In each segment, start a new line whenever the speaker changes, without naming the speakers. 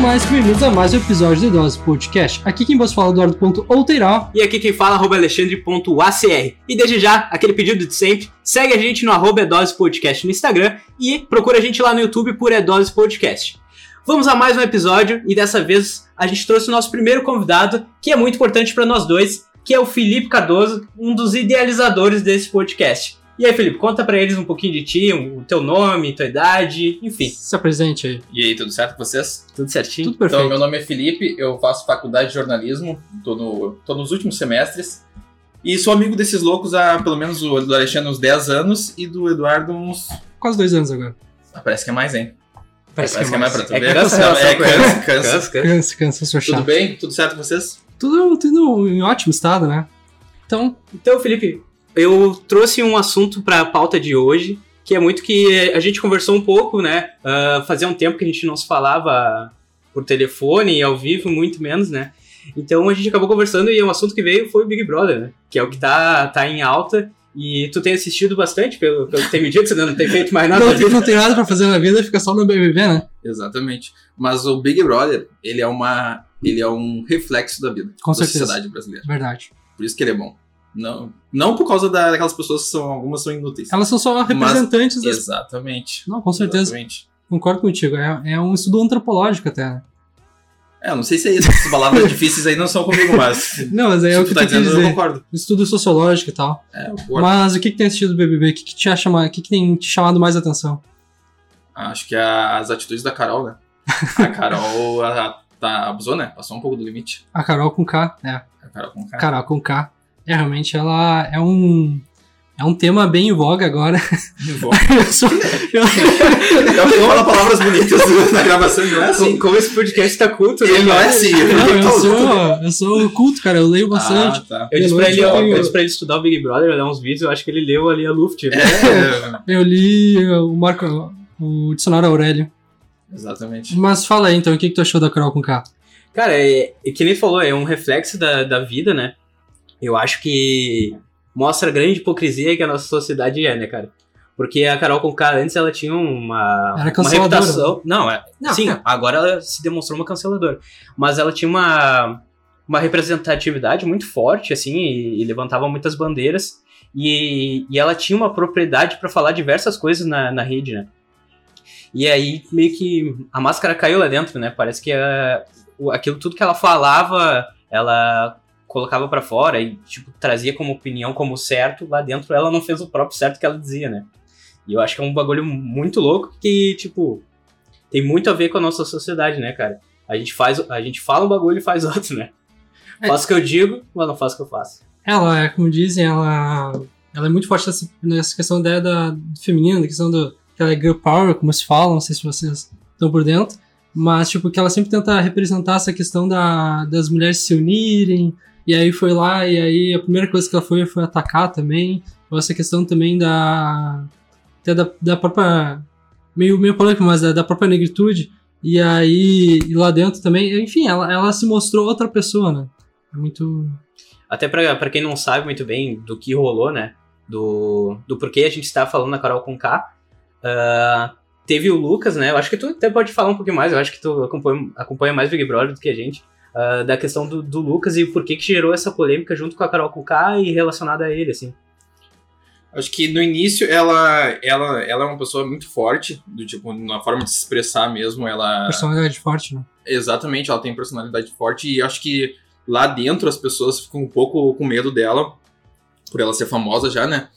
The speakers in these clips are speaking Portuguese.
mais que bem-vindos a mais um episódio do Idosos Podcast. Aqui quem vos fala é Eduardo.outeirá.
E aqui quem fala arroba alexandre.acr. E desde já, aquele pedido de sempre, segue a gente no arroba Edoses Podcast no Instagram e procura a gente lá no YouTube por Edoses Podcast. Vamos a mais um episódio e dessa vez a gente trouxe o nosso primeiro convidado, que é muito importante para nós dois, que é o Felipe Cardoso, um dos idealizadores desse podcast. E aí, Felipe, conta pra eles um pouquinho de ti, o teu nome, tua idade, enfim.
Se apresente aí.
E aí, tudo certo com vocês?
Tudo certinho?
Tudo perfeito.
Então, meu nome é Felipe, eu faço faculdade de jornalismo, tô, no, tô nos últimos semestres. E sou amigo desses loucos há pelo menos o do Alexandre uns 10 anos e do Eduardo uns.
Quase dois anos agora.
Ah, parece que é mais, hein?
Parece,
que é mais pra tu
É
ver.
cansa
Não,
essa
é,
coisa.
cansa, cansa.
Cansa, cansa, eu sou
Tudo
chato.
bem? Tudo certo com vocês?
Tudo, tudo em ótimo estado, né? Então,
Então, Felipe, eu trouxe um assunto pra pauta de hoje, que é muito que a gente conversou um pouco, né? Ah, fazia um tempo que a gente não se falava por telefone e ao vivo, muito menos, né? Então a gente acabou conversando e o assunto que veio foi o Big Brother, né? Que é o que tá, tá em alta. E tu tem assistido bastante, pelo, pelo que tem me dito, você não tem feito mais nada.
não, tem- não tem nada pra fazer na vida, fica só no BBB, né?
Exatamente. Mas o Big Brother, ele é uma. Ele é um reflexo da vida
Com
da
certeza.
sociedade brasileira.
Verdade.
Por isso que ele é bom. Não, não por causa da- daquelas pessoas que são. Algumas são inúteis.
Elas são só representantes das...
Exatamente.
Não, É com certeza.
Exatamente.
Concordo contigo. É, é um estudo antropolológico até, né?
É, eu não sei se é isso. Essas palavras difíceis aí não são comigo, mas.
Não, mas é
se
o que
tu tá
tu quer
dizendo, eu
dizer.
concordo.
Estudo sociológico e tal.
É, eu concordo.
Mas o que, que tem assistido do BBB? O que, que te acha mais- o que, que tem te chamado mais atenção?
Ah, Acho que a- as atitudes da Carol, né? A Carol a- tá, abusou, né? Passou um pouco do limite.
A Carol com K, né?
A Carol com
A
K.
Carol com K. É, realmente ela é um. É um tema bem em voga agora. Eu sou- eu-
Eu não falo palavras bonitas na gravação, não é assim.
Como esse podcast tá culto, né?
Ele não é
cara?
assim.
não,
tá
eu sou. Eu sou culto, cara. Eu leio bastante.
Ah, tá.
Eu disse, pra ele,
Eu
eu,
não-
disse pra ele estudar o Big Brother, olhar uns vídeos, eu acho que ele leu ali a Luft. Né?
É,
Eu li o Marco. O dicionário Aurélio.
exatamente.
Mas fala aí então, o que, que tu achou da Carol com K?
Cara, é, é que nem falou, é um reflexo da, da vida, né? Eu acho que mostra a grande hipocrisia que a nossa sociedade é, né, cara? Porque a Carol Conká antes ela tinha uma,
Era
uma
canceladora.
reputação. Não, é,
Não,
sim,
é.
agora ela se demonstrou uma canceladora. Mas ela tinha uma, uma representatividade muito forte, assim, e, e levantava muitas bandeiras. E, e ela tinha uma propriedade pra falar diversas coisas na, na rede, né? E aí meio que a máscara caiu lá dentro, né? Parece que a, o- aquilo tudo que ela falava, ela colocava pra fora e tipo trazia como opinião como certo lá dentro ela não fez o próprio certo que ela dizia né e eu acho que é um bagulho muito louco que tipo tem muito a ver com a nossa sociedade, né, cara? A gente faz, a gente fala um bagulho e faz outro, né?
É.
Faço o que eu digo, mas não faço o que eu faço.
Ela, é, como dizem, ela, ela é muito forte nessa, nessa questão da, da do feminino, da questão do, que ela é girl power, como se fala, não sei se vocês estão por dentro, mas tipo, que ela sempre tenta representar essa questão da, das mulheres se unirem, e aí foi lá, e aí a primeira coisa que ela foi foi atacar também, ou essa questão também da, até da, da própria, meio, meio polêmico, mas da, da própria negritude, e aí e lá dentro também, enfim, ela, ela se mostrou outra pessoa, né? É muito...
Até pra pra quem não sabe muito bem do que rolou, né? Do, do porquê a gente está falando na Carol com K. ah, teve o Lucas, né? Eu acho que tu até pode falar um pouquinho mais. Eu acho que tu acompanha, acompanha mais Big Brother do que a gente. ah, da questão do, do Lucas e o porquê que gerou essa polêmica junto com a Carol com K e relacionada a ele, assim.
Acho que no início ela, ela, ela é uma pessoa muito forte, do tipo, na forma de se expressar mesmo, ela.
Personalidade forte, né?
Exatamente, ela tem personalidade forte e acho que lá dentro as pessoas ficam um pouco com medo dela, por ela ser famosa já, né?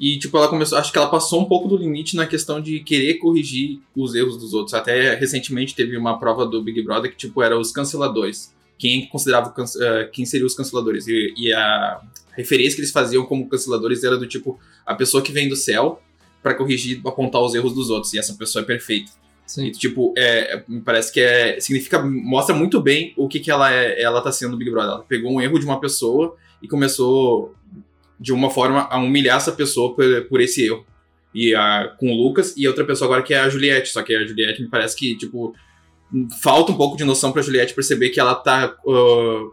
E, tipo, ela começou. Acho que ela passou um pouco do limite na questão de querer corrigir os erros dos outros. Até recentemente teve uma prova do Big Brother que, tipo, era os canceladores. Quem considerava. can- eh, Quem seriam os canceladores? E, e a referência que eles faziam como canceladores era do tipo a pessoa que vem do céu pra corrigir, apontar os erros dos outros. E essa pessoa é perfeita. E,
Sim.
tipo, é, é- me parece que é, significa, mostra muito bem o que, que ela, é, ela tá sendo no Big Brother. Ela pegou um erro de uma pessoa e começou, de uma forma, a humilhar essa pessoa por, por esse erro. E a, com o Lucas e outra pessoa agora que é a Juliette. Só que a Juliette me parece que, tipo, falta um pouco de noção pra Juliette perceber que ela tá. ah,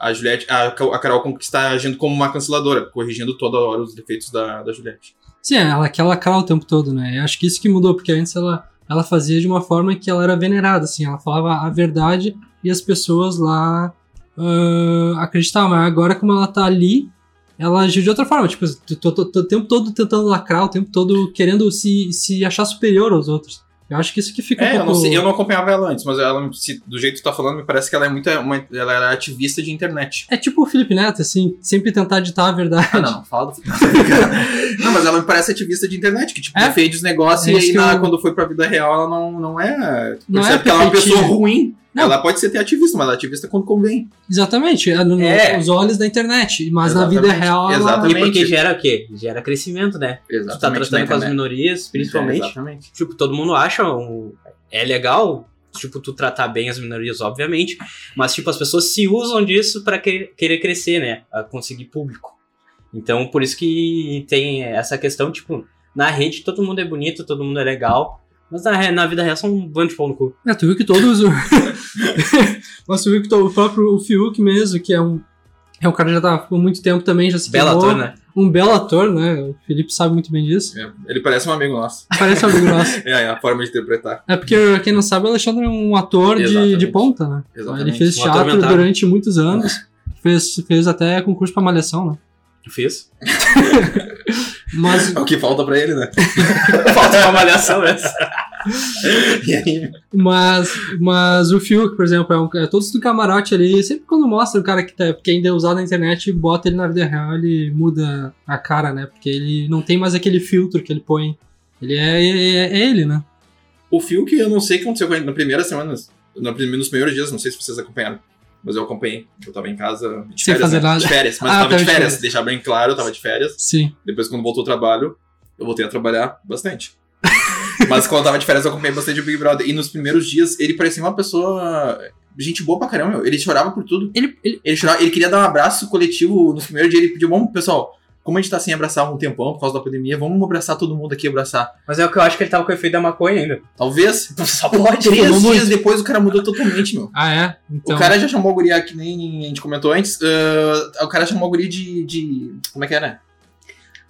a Juliette, a, Ca- a Carol Conquista agindo como uma canceladora, corrigindo toda hora os defeitos da, da Juliette.
é, Sim, ela quer lacrar o tempo todo, né? Eu acho que isso que mudou, porque antes ela, ela fazia de uma forma que ela era venerada, assim, ela falava a verdade e as pessoas lá ah, acreditavam. Mas agora, como ela tá ali, ela agiu de outra forma, tipo, tô, tô- tô o tempo todo tentando lacrar, o tempo todo querendo se, se achar superior aos outros. Eu acho que isso que fica um
É, eu
pouco...
não, sei- eu não acompanhava ela antes, mas ela, se- do jeito que tu tá falando, me parece que ela é muito. Uma, ela era ativista de internet.
É tipo o Felipe Neto, assim, sempre tentar ditar a verdade.
Ah, não, fala do. não, mas ela me parece ativista de internet, que tipo,
É?
defende os negócios
É
e
isso
aí
que
na-
eu-
quando foi pra vida real ela não, não é. Tu
Não é
percebe que ela é uma
perfeitinha.
pessoa ruim.
Não.
Ela pode ser ter ativista, mas ela é ativista quando convém.
Exatamente, é no-
É.
nos olhos da internet, mas na vida
Exatamente,
real ela-
exatamente.
E porque gera o quê? Gera crescimento, né? Tu tá
na
tratando com as
internet.
minorias, principalmente.
É, exatamente.
tipo, todo mundo acha um- é legal, tipo, tu tratar bem as minorias, obviamente, mas, tipo, as pessoas se usam disso pra que- querer crescer, né? A conseguir público. Então, por isso que tem essa questão, tipo, na rede todo mundo é bonito, todo mundo é legal, mas na, re- na vida real são um bando de pão no cu.
É, tu viu que todos. o- Nossa, tu viu que to- o próprio o Fiuk mesmo, que é um. É um cara que já tá há muito tempo também, já se
Bela
queimou.
ator, né?
Um belo ator, né? O Felipe sabe muito bem disso.
É, ele parece um amigo nosso.
Parece um amigo nosso.
É, é a forma de interpretar.
É porque, quem não sabe, o Alexandre é um ator de, de
Exatamente.
ponta, né?
Exatamente.
Ele fez
Um ator
teatro
ventável.
durante muitos anos. Fez, fez até concurso pra malhação, né?
Fiz.
Mas,
É o que falta pra ele, né?
Falta uma malhação essa.
E aí,
mas, mas o Fiuk, por exemplo, é, um, é todos do camarote ali. Sempre quando mostra o cara que, tá, que ainda é usado na internet e bota ele na vida real, ele muda a cara, né? Porque ele não tem mais aquele filtro que ele põe. Ele é, é- é ele, né?
O Fiuk, eu não sei o que aconteceu com ele na primeira semana, na prim- nos primeiros dias, não sei se vocês acompanharam. Mas eu acompanhei. Eu tava em casa de
Sem
férias.
fazer
né?
nada.
De férias, mas
Ah,
eu tava
tava
de
de
férias.
férias.
Deixar bem claro, eu tava de férias.
Sim.
Depois, quando voltou o trabalho, eu voltei a trabalhar bastante. mas quando eu tava de férias, eu acompanhei bastante o Big Brother. E nos primeiros dias, ele parecia uma pessoa. Gente boa pra caramba, meu. Ele chorava por tudo.
Ele, ele-
Ele chorava, ele queria dar um abraço coletivo nos primeiros dias. Ele pediu, vamos, pessoal, como a gente tá sem abraçar há um tempão por causa da pandemia, vamos abraçar todo mundo aqui, abraçar.
Mas é o que eu acho que ele tava com o efeito da maconha ainda.
Talvez.
Só pode.
Três
Mudou
dias
muito.
depois o cara mudou totalmente, meu.
Ah, é? Então,
O cara já chamou a guria, que nem a gente comentou antes, ah, o cara chamou a guria de, de- Como é que era?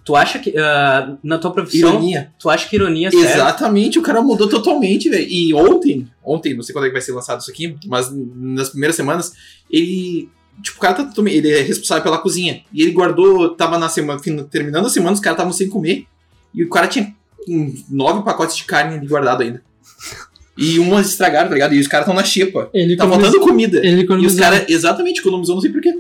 Tu acha que, ah, na tua profissão,
Ironia.
tu acha que ironia serve?
Exatamente, o cara mudou totalmente, velho. E ontem, ontem, não sei quando é que vai ser lançado isso aqui, mas nas primeiras semanas, ele... Tipo, o cara tá, tome- ele é responsável pela cozinha. E ele guardou, tava na semana, fin- terminando a semana, os caras estavam sem comer. E o cara tinha hum, nove pacotes de carne ali guardado ainda. E umas estragaram, tá ligado? E os caras estão na xepa.
ele
Tá
economiza-
faltando comida.
Ele
E os
economizou.
caras, exatamente, economizou, não sei porquê.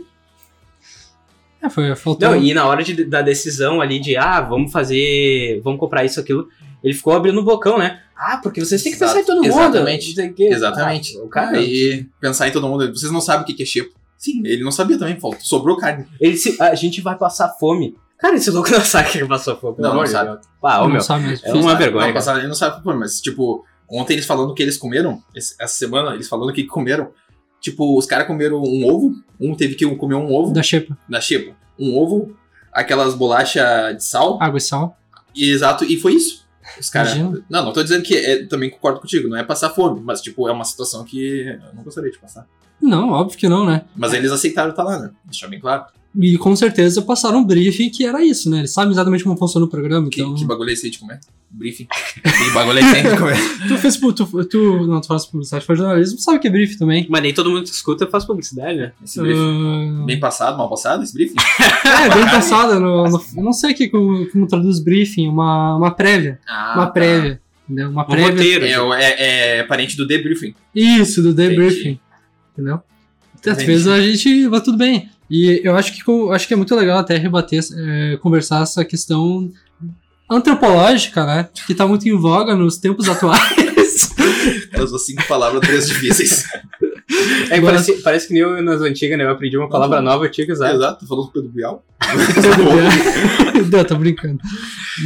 É, foi, faltou.
Não, e na hora de- da decisão ali de, ah, vamos fazer, vamos comprar isso, aquilo, ele ficou abrindo o bocão, né? Ah, porque vocês têm que
Exato,
pensar em todo mundo.
exatamente,
não sei o quê.
Exatamente.
Ah, o cara,
E pensar em todo mundo, vocês não sabem o que que é chepo. Sim, ele não sabia também, faltou. Sobrou carne.
ele se- a gente vai passar fome. Cara, esse louco não sabe que ele passou fome, pelo
Não,
amor
não
de
sabe.
Deus. Ah, ô
não
meu,
sabe mesmo.
é uma vergonha. cara.
Não, passaram, ele não sabe o que foi, mas, tipo, ontem eles falando o que eles comeram, esse- essa semana, eles falando o que que comeram. Tipo, os caras comeram um ovo, um teve que comer um ovo
Da xepa.
na xepa. Um ovo, aquelas bolachas de sal,
Ah.
Água e sal.
e exato, e foi isso. Os caras.
Imagina.
Não, não tô dizendo que é, também concordo contigo, não é passar fome, mas, tipo, é uma situação que eu não gostaria de passar.
Não, óbvio que não, né?
É.
Mas eles aceitaram estar lá, né? Deixar bem claro.
E com certeza passaram um briefing que era isso, né? Eles sabem exatamente como funciona o programa,
Que,
então.
que bagulho é esse aí de comer? Briefing. Que bagulho é esse aí de comer?
Tu fez. pu- Tu, tu, não, tu faz publicidade, faz jornalismo, sabe o que é briefing também.
Mas nem todo mundo que escuta faz publicidade, né?
Esse briefing.
Ah,
Bem passado, mal passado, esse briefing?
é, bem passada. No, no- eu não sei aqui como, como traduz briefing, uma, uma prévia.
Ah,
Uma
tá.
prévia. Entendeu? Uma
Um
prévia.
roteiro.
É, o- é- é parente do debriefing.
Isso, do
Entendi.
debriefing. Entendeu? Às
Entendi.
vezes a gente vai tudo bem. E eu acho que, com- acho que é muito legal até rebater, eh, conversar essa questão antropológica, né? Que tá muito em voga nos tempos atuais.
Elas as cinco palavras, três difíceis.
É, parece, parece que nem eu nas antigas, né? Eu aprendi uma palavra nova, eu tinha que usar.
Exato, falou do Pedro Bial.
Não, tô brincando.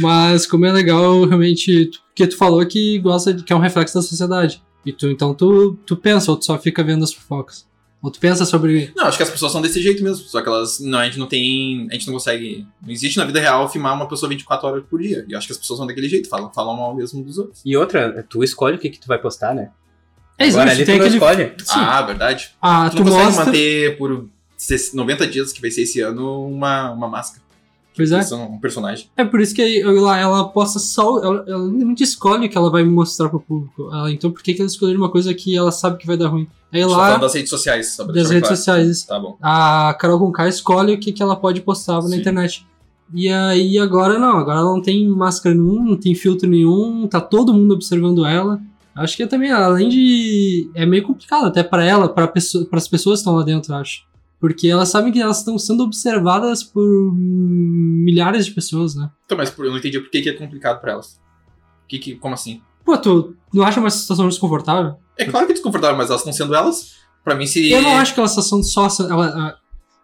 Mas como é legal, realmente, tu- porque tu falou que gosta de, que é um reflexo da sociedade. E tu, então, tu, tu pensa, ou tu só fica vendo as fofocas. Ou tu pensa sobre.
Não, acho que as pessoas são desse jeito mesmo. Só que elas. Não, a gente não tem. A gente não consegue. Não existe na vida real filmar uma pessoa 24 horas por dia. E eu acho que as pessoas são daquele jeito, falam, falam mal mesmo dos outros.
E outra, tu escolhe o que, que tu vai postar, né?
É
Agora
existe,
ali
tem
tu não
aquele.
escolhe.
Sim.
Ah, verdade.
Ah,
Tu
tu
não consegue
mostra.
manter por 60, 90 dias que vai ser esse ano uma, uma máscara.
Pois é.
que são um personagem.
É por isso que ela, ela posta só. Ela, ela literalmente escolhe o que ela vai mostrar pro público. Ah, então por que, que ela escolheu uma coisa que ela sabe que vai dar ruim? Aí
Só falando
lá,
das redes sociais, só pra
das
deixar
redes
claro.
sociais,
Tá bom.
a Carol Conká escolhe o que, que ela pode postar na
Sim.
internet. E aí agora não, agora ela não tem máscara nenhum, não tem filtro nenhum, tá todo mundo observando ela. Acho que é também, além de. É meio complicado até pra ela, para as pessoas que estão lá dentro, eu acho. Porque elas sabem que elas estão sendo observadas por milhares de pessoas, né?
Então, mas por- eu não entendi por que, que é complicado pra elas. Que, que, como assim?
Pô, tu não acha uma situação desconfortável?
É claro que é desconfortável, mas elas estão sendo elas. Pra mim, se.
Eu não acho que elas estão só. sendo- ela- a-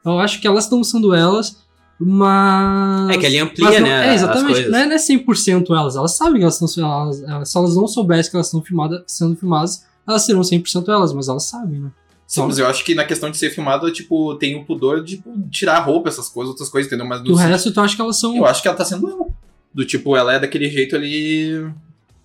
eu acho que elas estão sendo elas, mas.
É que ele amplia,
Mas não-
né?
É,
As
exatamente.
coisas.
Não é, não é 100% elas. Elas sabem que elas estão. Elas, elas, se elas não soubessem que elas estão filmadas, sendo filmadas, elas serão 100% elas, mas elas sabem, né?
Sim, mas eu acho que na questão de ser filmado, tipo, tem o pudor de tipo, tirar a roupa, essas coisas, outras coisas, entendeu? Mas
Do
no-
resto, tu acha que elas são.
eu acho que ela tá sendo ela. Do tipo, ela é daquele jeito ali.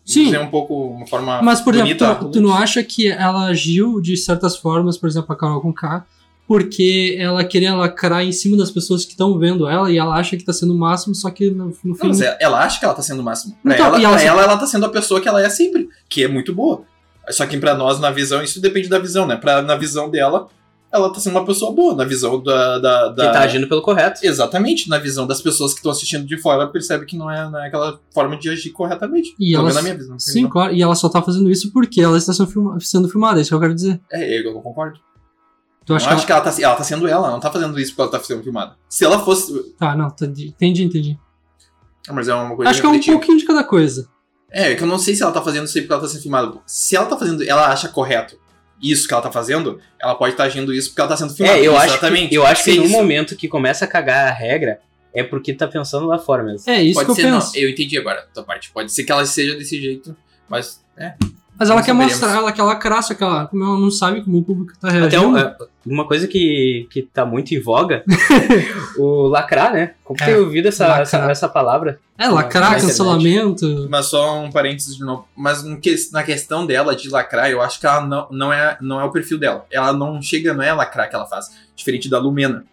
Sim.
É um pouco uma forma.
Mas, por
bonita,
exemplo, tu, tu não acha que ela agiu de certas formas, por exemplo, a Carol com K, porque ela queria lacrar em cima das pessoas que estão vendo ela e ela acha que tá sendo o máximo, só que no, no
Não,
fim.
mas ela, ela acha que ela tá sendo o máximo. Pra,
Então,
ela,
e ela
pra
se-
ela, ela tá sendo a pessoa que ela é sempre, que é muito boa. Só que pra nós, na visão, isso depende da visão, né? Pra, na visão dela, ela tá sendo uma pessoa boa. Na visão da. da, da-
Que tá agindo pelo correto.
Exatamente, na visão das pessoas que estão assistindo de fora, ela percebe que não é, não é aquela forma de agir corretamente.
E
Pelo
elas-
menos na minha visão.
Sim, claro. E ela só tá fazendo isso porque ela está sendo, filma- sendo filmada, é isso que eu quero dizer.
É, eu concordo.
Tu
Eu
acha
acho,
que ela...
que ela tá, ela tá sendo ela, ela não tá fazendo isso porque ela tá sendo filmada. Se ela fosse.
Tá, não, tá- entendi, entendi.
Ah, Mas é uma coisa
acho que é um
refletiva.
pouquinho de cada coisa.
É, é que eu não sei se ela tá fazendo isso aí porque ela tá sendo filmada. Se ela tá fazendo, ela acha correto isso que ela tá fazendo, ela pode estar agindo isso porque ela tá sendo filmada.
É, eu acho,
Exatamente.
que, eu acho que
Sim,
no
isso.
momento que começa a cagar a regra, é porque tá pensando lá fora mesmo.
É isso
pode
que eu
ser,
penso.
não. Eu entendi agora a tua parte. Pode ser que ela seja desse jeito, mas. É.
Mas ela
Não
quer
saberemos.
mostrar, ela quer lacrar, só que ela, como ela não sabe como o público tá
Até
reagindo.
um- é, uma coisa que, que tá muito em voga, o lacrar, né? Como
É,
tem ouvido essa,
lacrar.
essa, essa palavra?
É,
na
lacrar,
internet.
cancelamento.
Mas só um parênteses de novo. Mas no que- na questão dela de lacrar, eu acho que ela não, não, é, não é o perfil dela. Ela não chega, não é lacrar que ela faz. Diferente da Lumena.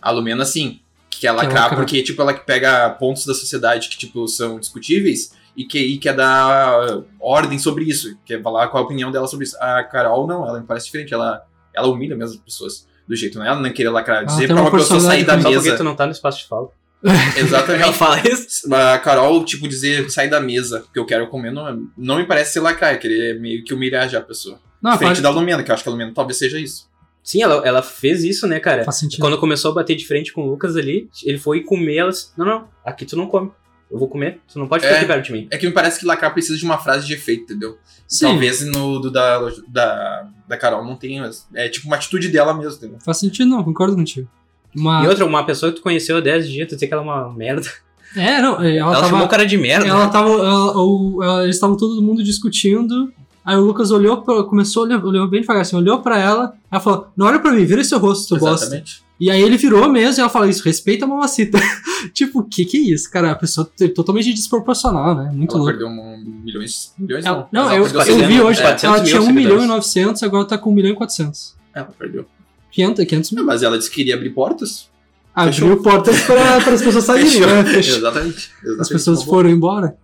A Lumena, sim, que é lacrar,
lacrar.
porque, tipo, ela que pega pontos da sociedade que, tipo, são discutíveis e que e quer dar ordem sobre isso. Quer falar qual a opinião dela sobre isso. A Carol, não, ela me parece diferente. Ela, ela humilha mesmo as pessoas. Do jeito, né? Ela não queria lacrar.
Ela
Dizer
tem
pra
uma
uma pessoa sair da
personalidade
Só porque
mesa.
tu não tá no espaço de fala.
Exatamente.
fala isso?
A Carol, tipo, dizer, sai da mesa, porque eu quero comer, não, é- não me parece ser lacrar, é querer meio que humilhar já a pessoa.
Não, é
Diferente
faz,
da Lumena, que eu acho que a Lumena talvez seja isso.
Sim, ela, ela fez isso, né, cara?
faz sentido.
Quando começou a bater de frente com o Lucas ali, ele foi comer, ela disse, não, não, aqui tu não come. Eu vou comer, tu não pode ficar
É.
aqui perto de mim.
É que me parece que lacrar precisa de uma frase de efeito, entendeu?
Sim,
Talvez no do da, da, da Carol não tenha. mas É tipo uma atitude dela mesmo, entendeu?
faz sentido, não, concordo contigo. Mas.
E outra, uma pessoa que tu conheceu há 10 dias, tu dizia que ela é uma merda.
É, não, é, ela,
Ela, chamou o
tava.
cara de merda.
Ela tava. ela- o- ela- eles estavam todo mundo discutindo. Aí o Lucas olhou, pra, começou a olhar, olhou bem devagar, assim, olhou pra ela, ela falou, não olha pra mim, vira seu rosto, tu bosta. E aí ele virou mesmo e ela falou isso, respeita a mamacita. tipo, o que que é isso, cara? A pessoa é totalmente desproporcional, né? Muito
Ela
louco.
perdeu um, milhões. Milhões
Ela-
não.
não,
mas ela
eu,
perdeu
eu vi
400,
hoje,
é,
ela
400 mil
tinha 1 milhão e
seguidores.
900, agora tá com 1 milhão e 400.
Ela perdeu.
500, 500 mil.
Não, mas ela disse que iria abrir portas.
Abriu portas para, para as pessoas saírem,
Fechou.
né? Fechou.
Exatamente. exatamente.
As pessoas
Tá bom.
foram embora.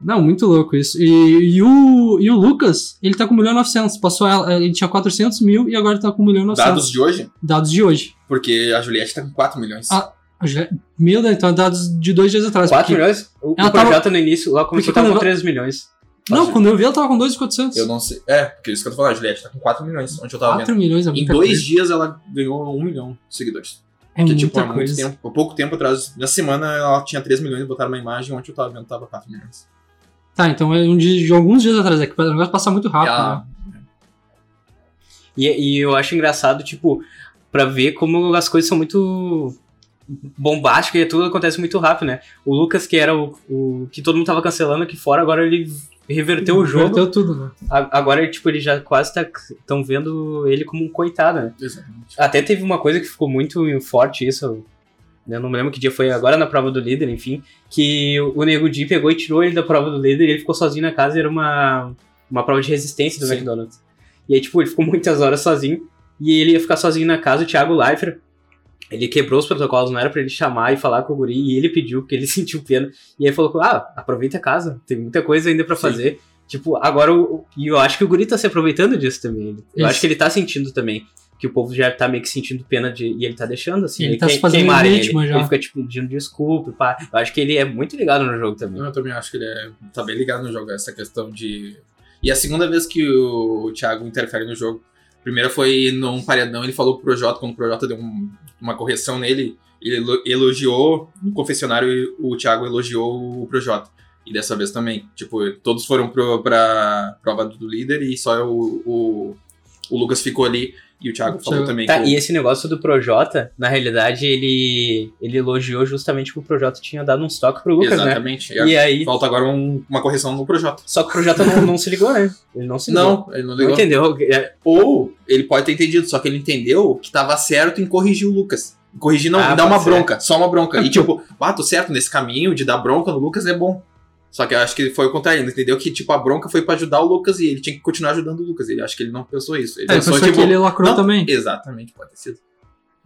Não, muito louco isso. E, e o, e o Lucas, ele tá com 1 milhão e 900. Passou ela, ele tinha 400 mil e agora tá com 1 milhão e 900.
Dados de hoje,
Dados de hoje.
porque a Juliette tá com 4 milhões.
Ah, Já- Meu Deus, então é dados de dois dias atrás.
4
porque-
milhões? O, o
Ela tava-
projeto no início lá começou
Porque quando
com
ela-
3 milhões.
Não, quando eu vi ela tava com 2,400.
Eu não sei. É, porque isso que eu tô falando, a Juliette tá com 4 milhões, onde eu tava vendo.
4 milhões é
Em
muita
dois
coisa.
dias ela ganhou um milhão de seguidores.
É
que
muita
tipo, há muito
coisa.
tempo. Há pouco tempo atrás, na semana ela tinha 3 milhões, botaram uma imagem, ontem eu tava vendo tava 4 milhões.
Tá, então é um dia, de alguns dias atrás. É que o negócio passa muito rápido.
Ela-
né?
E, e eu acho engraçado, tipo, pra ver como as coisas são muito bombásticas e tudo acontece muito rápido, né? O Lucas, que era o, o que todo mundo tava cancelando aqui fora, agora ele reverteu o jogo.
Perdeu tudo, né?
A- Agora, tipo, ele já quase tá tão vendo ele como um coitado, né?
Exatamente.
Até teve uma coisa que ficou muito forte isso. Eu não me lembro que dia foi agora na prova do líder, enfim. Que o Nego Di pegou e tirou ele da prova do líder e ele ficou sozinho na casa e era uma, uma prova de resistência do
Sim.
McDonald's. E aí, tipo, ele ficou muitas horas sozinho. E ele ia ficar sozinho na casa, o Thiago Leifert Ele quebrou os protocolos, não era pra ele chamar e falar com o guri, e ele pediu, porque ele sentiu pena. E aí falou: ah, aproveita a casa, tem muita coisa ainda pra
Sim.
fazer. Tipo, agora. o- E eu acho que o guri tá se aproveitando disso também. Eu
Isso.
acho que ele tá sentindo também. Que o povo já tá meio que sentindo pena de. E ele tá deixando, assim.
Ele
meio
tá
que
se fazendo
queimarem
vítima
ele.
já.
Ele fica, tipo, pedindo desculpa, e pá. Eu acho que ele é muito ligado no jogo também.
Eu também acho que ele é, tá bem ligado no jogo, essa questão de. E a segunda vez que o Thiago interfere no jogo. a Primeira foi num paredão, ele falou pro Projota, quando o Projota deu um- uma correção nele, ele elo- elogiou no confessionário, o Thiago elogiou o Projota. E dessa vez também. Tipo, todos foram pro, pra prova do líder e só o, o, o Lucas ficou ali. E o Thiago falou
Thiago.
também
Tá,
que.
e esse negócio do Projota, na realidade, ele, ele elogiou justamente que o Projota tinha dado uns toques pro Lucas,
Exatamente.
né?
E
E aí,
Falta agora um- uma correção no Projota.
só que o Projota não, não se ligou, né? Ele não se ligou.
Não, ele não
não
ligou.
entendeu. É,
Ou ele pode ter entendido, só que ele entendeu que tava certo em corrigir o Lucas. Corrigir não,
Ah,
em dar
pode
uma
ser.
bronca, só uma bronca. E tipo, ah, tô certo nesse caminho de dar bronca no Lucas é bom. Só que eu acho que foi o contrário, ele entendeu que tipo, a bronca foi pra ajudar o Lucas e ele tinha que continuar ajudando o Lucas. Ele acho que ele não pensou isso. Ele
É,
pensou,
pensou
tipo,
que ele lacrou
não.
também.
Exatamente, pode ter sido.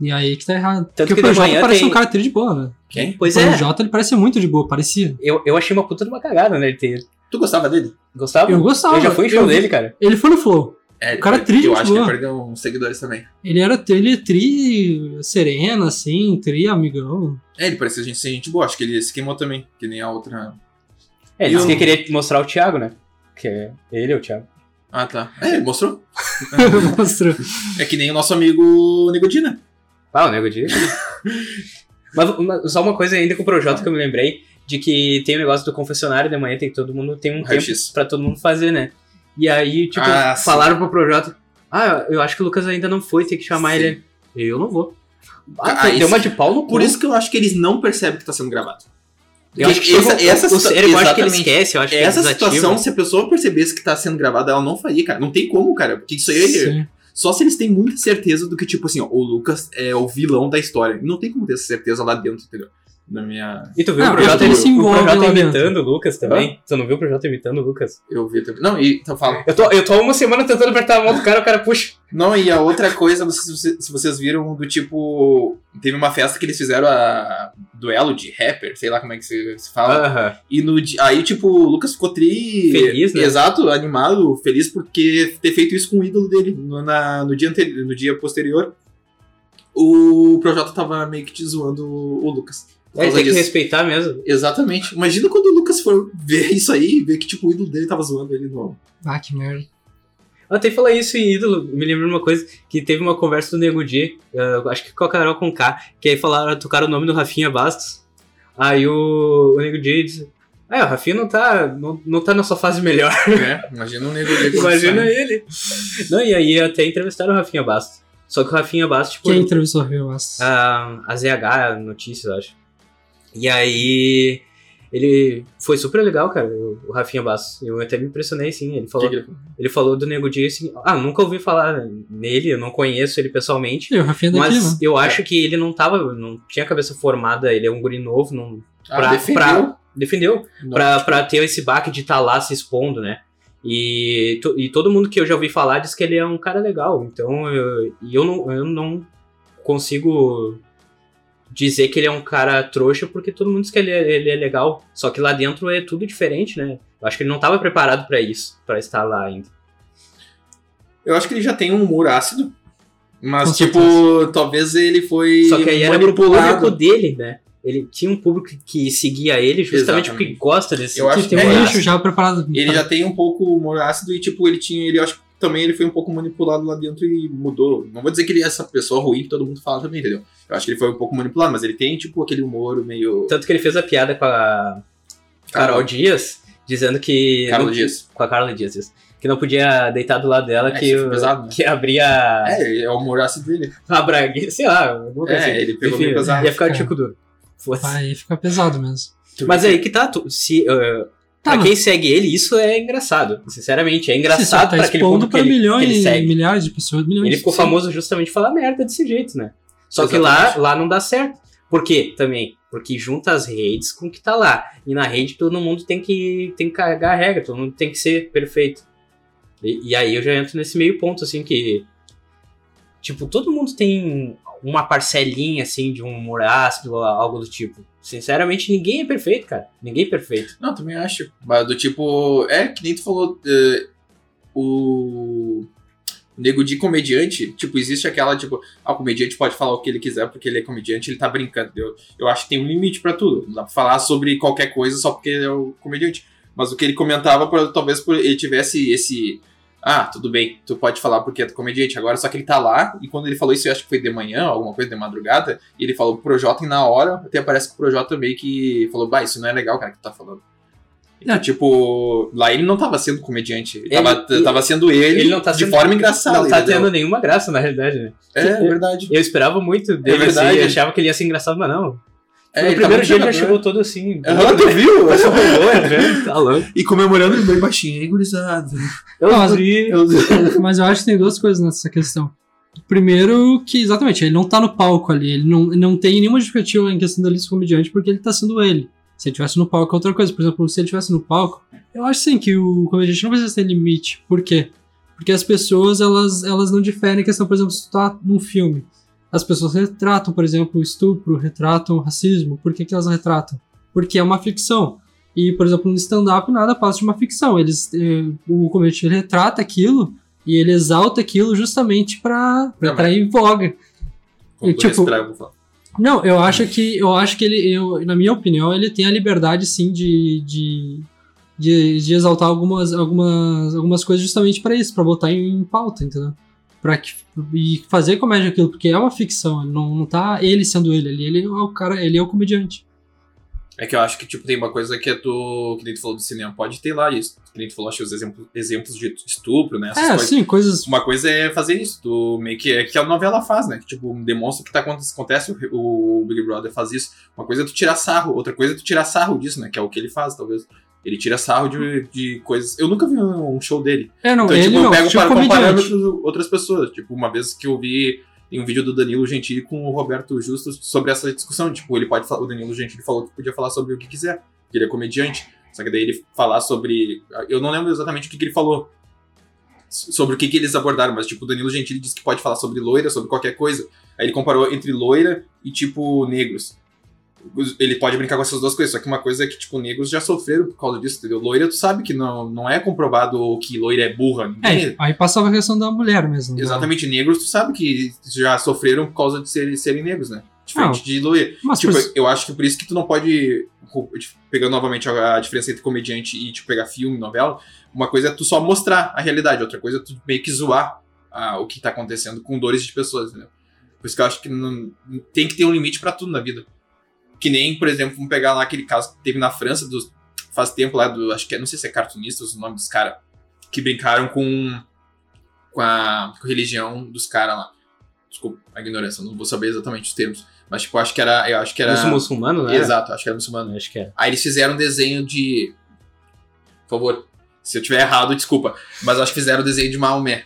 E aí que tá errado. Porque
que
o
de
Projota
manhã
parece
tem-
um cara tri de boa, né?
Quem?
pois
o
é,
Projota ele parece muito de boa, parecia.
eu, eu achei uma puta de uma cagada, né? Ele ter...
Tu gostava dele?
Gostava?
Eu gostava.
Eu já fui em show
eu-
dele, cara.
Ele foi no Flow.
É,
O cara
ele-
é tri,
Eu
gente
acho que ele
boa.
perdeu uns seguidores também.
Ele era tri- ele é tri sereno, assim, tri amigão.
É, ele parecia gente, ser gente boa, acho que ele se queimou também, que nem a outra.
É, ele disse
Eu-
que queria mostrar o Thiago, né? Que é ele é o Thiago.
Ah, tá. É, ele mostrou.
Mostrou.
É que nem o nosso amigo Nigodina.
Ah, o Nego Di. mas, mas só uma coisa ainda com o
Ah.
Projota que eu me lembrei, de que tem o negócio do confessionário de manhã, tem que todo mundo, tem um tempo
Raio-X.
pra todo mundo fazer, né? E aí, tipo,
Ah, sim.
falaram pro Projota, ah, eu acho que o Lucas ainda não foi, tem que chamar
Sim.
ele. Eu não vou. Ah,
Ah,
deu
isso-
uma de pau no cu.
Por isso que eu acho que eles não percebem que tá sendo gravado.
eu acho que
essa-
chegou-
essa
o
situa-
cérebro, eu acho que ele
exatamente.
esquece, eu acho que
Essa
ele desativa.
situação, se a pessoa percebesse que tá sendo gravada, ela não faria, cara. Não tem como, cara. Porque isso aí. é
Sim.
Só se eles têm muita certeza do que, tipo assim, ó, o Lucas é o vilão da história. Não tem como ter essa certeza lá dentro, entendeu? Na minha.
E tu viu
Ah,
o Projota,
porque ele
ele
se envolve
o Projota
lá dentro.
imitando o Lucas também? Tu não viu o Projota imitando o Lucas?
Eu vi também. Não, e. Então fala.
Eu tô, eu tô há uma semana tentando apertar a mão do cara, o cara puxa.
Não, e a outra coisa, não sei se vocês, se vocês viram, do tipo. Teve uma festa que eles fizeram a. Duelo de rapper, sei lá como é que se, se fala.
Aham. É,
E no di- aí, tipo, o Lucas ficou tri.
Feliz, né?
Exato, animado, feliz porque ter feito isso com o ídolo dele no, na- no dia, anterior, no dia posterior. O Projota tava meio que te zoando o o Lucas. por
É,
causa
tem que
disso.
respeitar mesmo.
Exatamente. Imagina quando o Lucas for ver isso aí e ver que tipo, o ídolo dele tava zoando ele no.
Ah, que merda.
Eu até falar isso em ídolo, me lembro de uma coisa, que teve uma conversa do Nego Di, eh, acho que com a Carol com K, que aí falaram, tocaram o nome do Rafinha Bastos. Aí o, o Nego Di disse, é, o Rafinha não tá, não, não tá na sua fase melhor,
É, imagina um negro dele.
imagina ele. Não, e aí até entrevistaram o Rafinha Bastos. Só que o Rafinha Bastos, tipo,
Quem entrevistou o Rio Mas...
Ah. a, a ZH Notícias, eu acho. E aí ele foi super legal, cara, o, o Rafinha Bastos. Eu até me impressionei, sim, ele falou... Ele falou do Nego Di assim, ah, nunca ouvi falar nele, eu não conheço ele pessoalmente,
E o Rafinha é daqui,
mas
né?
eu acho que ele não tava, não tinha cabeça formada, ele é um guri novo, não pra-
ah,
pra- defendeu
Não.
pra, pra ter esse baque de estar lá se expondo, né? E, to- e todo mundo que eu já ouvi falar diz que ele é um cara legal, então eu, e eu, não, eu não consigo dizer que ele é um cara trouxa porque todo mundo diz que ele é, ele é legal, só que lá dentro é tudo diferente, né? Eu acho que ele não tava preparado pra isso, pra estar lá ainda.
Eu acho que ele já tem um humor ácido. Mas,
Com
tipo, talvez ele foi.
Só que aí é era pro
manipulado.
público dele, né? Ele tinha um público que- que seguia ele justamente
Exatamente.
porque gosta desse. tipo
Eu acho
Tem
é
um
isso.
lixo já preparado.
Tá.
Ele já tem um pouco humor ácido e, tipo, ele tinha. Ele acho que também ele foi um pouco manipulado lá dentro e mudou. Não vou dizer que ele é essa pessoa ruim que todo mundo fala também, entendeu? Eu acho que ele foi um pouco manipulado, mas ele tem, tipo, aquele humor meio. É,
Tanto que ele fez a piada com a Carol Dias, dizendo que.
Carol
não-
Dias.
Com a Carla Dias, isso. Que não podia deitar do lado dela,
É,
que,
isso foi pesado, né?
que abria
É, é o humor ácido dele.
a braguinha, sei lá, alguma coisa assim.
É, ele pegou
Enfim,
meio pesado.
ia ficar de
É.
chico duro. Foda-se.
Aí fica pesado mesmo.
Mas aí que tá, tu- se, uh,
Tá,
pra
mas
quem segue ele, isso é engraçado. Sinceramente, é
você só
engraçado
tá
pra aquele ponto
expondo
que
pra
ele, que ele
milhões,
segue.
milhares de pessoas, milhões de
Ele ficou
pessoas.
famoso justamente por falar merda desse jeito, né? Só que lá,
Exatamente.
lá não dá certo. Por quê? Também. Porque junta as redes com o que tá lá. E na rede todo mundo tem que, tem que carregar a regra, todo mundo tem que ser perfeito. E, e aí eu já entro nesse meio ponto, assim, que. Tipo, todo mundo tem uma parcelinha, assim, de um Murasco, algo do tipo. Sinceramente, ninguém é perfeito, cara. Ninguém é perfeito.
Não, também acho. Mas do tipo. É, que nem tu falou. eh, o. Nego de comediante, tipo, existe aquela, tipo, ah, o comediante pode falar o que ele quiser porque ele é comediante, ele tá brincando. Eu, eu acho que tem um limite pra tudo. Não dá pra falar sobre qualquer coisa só porque ele é o comediante. Mas o que ele comentava, por- talvez por ele tivesse esse. Ah, tudo bem, tu pode falar porque é tu comediante agora, só que ele tá lá, e quando ele falou isso, eu acho que foi de manhã, alguma coisa de madrugada, e ele falou pro Projota e na hora, até parece que o Projota meio que falou, bah, isso não é legal, cara, que tu tá falando. Então,
É.
tipo, lá ele não tava sendo comediante, ele,
Ele-
tava, tava sendo ele,
Ele não tá
de
sendo-
forma engraçada.
Não tá
entendeu?
tendo nenhuma graça, na realidade, né?
É, verdade.
Eu esperava muito dele, assim,
É verdade.
eu achava que ele ia ser engraçado, mas não.
É,
no
ele
primeiro
tava
dia ele já
jogador.
chegou todo assim.
Aham, é, tu viu?
Mas
né?
velho, tá louco.
E comemorando bem baixinho, hein, gurizada.
Eu
Não, mas-
vi.
Mas eu acho que tem duas coisas nessa questão. Primeiro, que exatamente, ele não tá no palco ali, ele não, não tem nenhuma justificativa em questão dele ser comediante, porque ele tá sendo ele. Se ele tivesse no palco é outra coisa. Por exemplo, se ele tivesse no palco, eu acho sim que o comediante não precisa ter limite. Por quê? Porque as pessoas, elas, elas não diferem em questão, por exemplo, se tu tá num filme. As pessoas retratam, por exemplo, estupro, retratam racismo. Por que, que elas retratam? Porque é uma ficção. E, por exemplo, no stand-up nada passa de uma ficção. Eles, eh, o comediante ele retrata aquilo e ele exalta aquilo justamente pra pra
Não, mas-
atrair voga.
Conclui
Tipo-
esse trago, vou falar.
Não, eu acho que eu acho que ele, eu- na minha opinião, ele tem a liberdade sim de, de, de, de exaltar algumas, algumas, algumas coisas justamente pra isso, pra botar em, em pauta, entendeu? Pra que, e fazer comédia aquilo, porque é uma ficção, ele não, não tá ele sendo ele, ele, ele é o cara, ele é o comediante.
É que eu acho que, tipo, tem uma coisa que é tu. Que nem tu falou do cinema, pode ter lá isso. Que nem tu falou, acho que os exemplos, exemplos de estupro, né? Essas
é,
coisas.
sim, coisas.
Uma coisa é fazer isso, tu meio que é que a novela faz, né? Que tipo, demonstra o que tá acontecendo. Acontece, o, o Big Brother faz isso. Uma coisa é tu tirar sarro, outra coisa é tu tirar sarro disso, né? Que é o que ele faz, talvez. Ele tira sarro de, de coisas. Eu nunca vi um show dele.
É, não,
Então,
ele
tipo,
não,
eu pego
tipo
para comparar
comediante.
outras, outras pessoas. Tipo, uma vez que eu vi em um vídeo do Danilo Gentili com o Roberto Justo sobre essa discussão. Tipo, ele pode falar, o Danilo Gentili falou que podia falar sobre o que quiser, que ele é comediante. Só que daí ele falar sobre. Eu não lembro exatamente o que, que ele falou. s- Sobre o que, que eles abordaram, mas tipo, o Danilo Gentili disse que pode falar sobre loira, sobre qualquer coisa. Aí ele comparou entre loira e tipo negros. Os- Ele pode brincar com essas duas coisas, só que uma coisa é que, tipo, negros já sofreram por causa disso, entendeu? Loira, tu sabe que não, não é comprovado que loira é burra. Ninguém,
É, aí passava a questão da mulher mesmo. né?
Exatamente, negros, tu sabe que já sofreram por causa de serem, serem negros, né? Diferente
Não.
de loira.
Mas,
Tipo,
por-
eu acho que por isso que tu não pode. Pegando novamente a a diferença entre comediante e tipo, pegar filme, novela, uma coisa é tu só mostrar a realidade, outra coisa é tu meio que zoar ah, o que tá acontecendo com dores de pessoas, entendeu? Por isso que eu acho que não- tem que ter um limite pra tudo na vida. Que nem, por exemplo, vamos pegar lá aquele caso que teve na França dos, faz tempo lá do. Acho que é- não sei se é cartunistas o nome dos caras. Que brincaram com. Com a, com a religião dos caras lá. Desculpa, a ignorância, eu não vou saber exatamente os termos. Mas, tipo, eu acho que era. Eu acho que era.
Era... muçulmano, né?
Exato, acho que era muçulmano.
Acho que é.
Aí eles fizeram um desenho de. Por favor, se eu tiver errado, desculpa. Mas acho que fizeram o desenho de Maomé.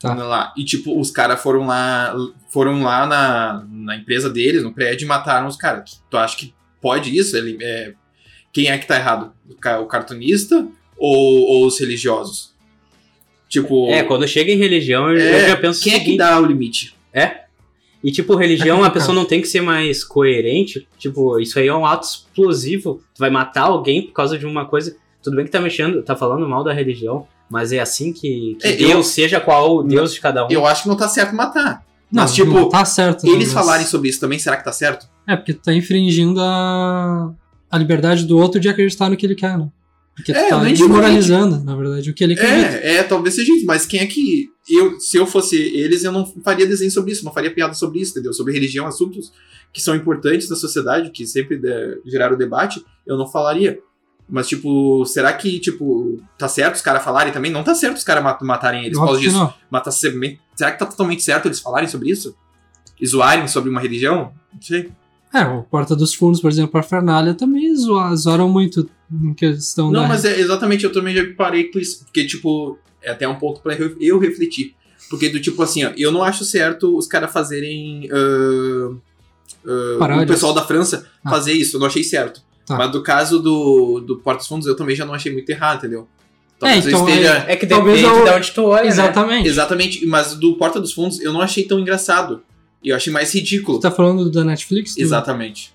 Tá.
Lá. E tipo, os caras foram lá. Foram lá na, na empresa deles, no prédio, e mataram os caras. Tu acha que pode isso? Ele, é, quem é que tá errado? O, ca- o cartunista ou, ou os religiosos? Tipo,
É, quando chega em religião, eu-
É,
eu já penso o
quem é que
seguinte.
dá o limite?
E, tipo, religião, a
complicado.
pessoa não tem que ser mais coerente. Tipo, isso aí é um ato explosivo. Tu vai matar alguém por causa de uma coisa. Tudo bem que tá mexendo, tá falando mal da religião, mas é assim que, que
É,
Deus,
eu-
seja qual o Deus de cada um.
Eu acho que não tá certo matar.
não,
mas, tipo,
não tá certo. né,
Eles
mas-
falarem sobre isso também, será que tá certo?
É, porque tu tá infringindo a, a liberdade do outro de acreditar no que ele quer, né? Porque tu
É, eu
tá
nem digo
desmoralizando, na verdade, o que ele acredita.
É, é, talvez seja isso, mas quem é que. Eu, se eu fosse eles, eu não faria desenho sobre isso, não faria piada sobre isso, entendeu? Sobre religião, assuntos que são importantes na sociedade, que sempre eh, geraram debate, eu não falaria. Mas, tipo, será que, tipo, tá certo os caras falarem também? Não tá certo os caras mat- matarem eles por
Óbvio
causa
que
disso.
não.
Mas tá, se- será que tá totalmente certo eles falarem sobre isso? E zoarem sobre uma religião? Não sei.
É, o Porta dos Fundos, por exemplo, a Fernália também zoa- zoaram muito em questão
Não,
da...
mas é, exatamente, eu também já parei com isso. Porque, tipo, é até um ponto pra eu, eu refletir. Porque, do tipo assim, ó, eu não acho certo os caras fazerem. ah, ah, o
Paródias.
pessoal da França
Ah.
fazer isso, eu não achei certo.
Tá.
Mas do caso do, do Porta dos Fundos, eu também já não achei muito errado, entendeu? Talvez eu
então, é.
esteja.
É que
Talvez
depende
eu-
de onde tu olha, né?
Exatamente.
Exatamente, mas do Porta dos Fundos eu não achei tão engraçado. E eu achei mais ridículo.
Você tá falando da Netflix? do-
Exatamente.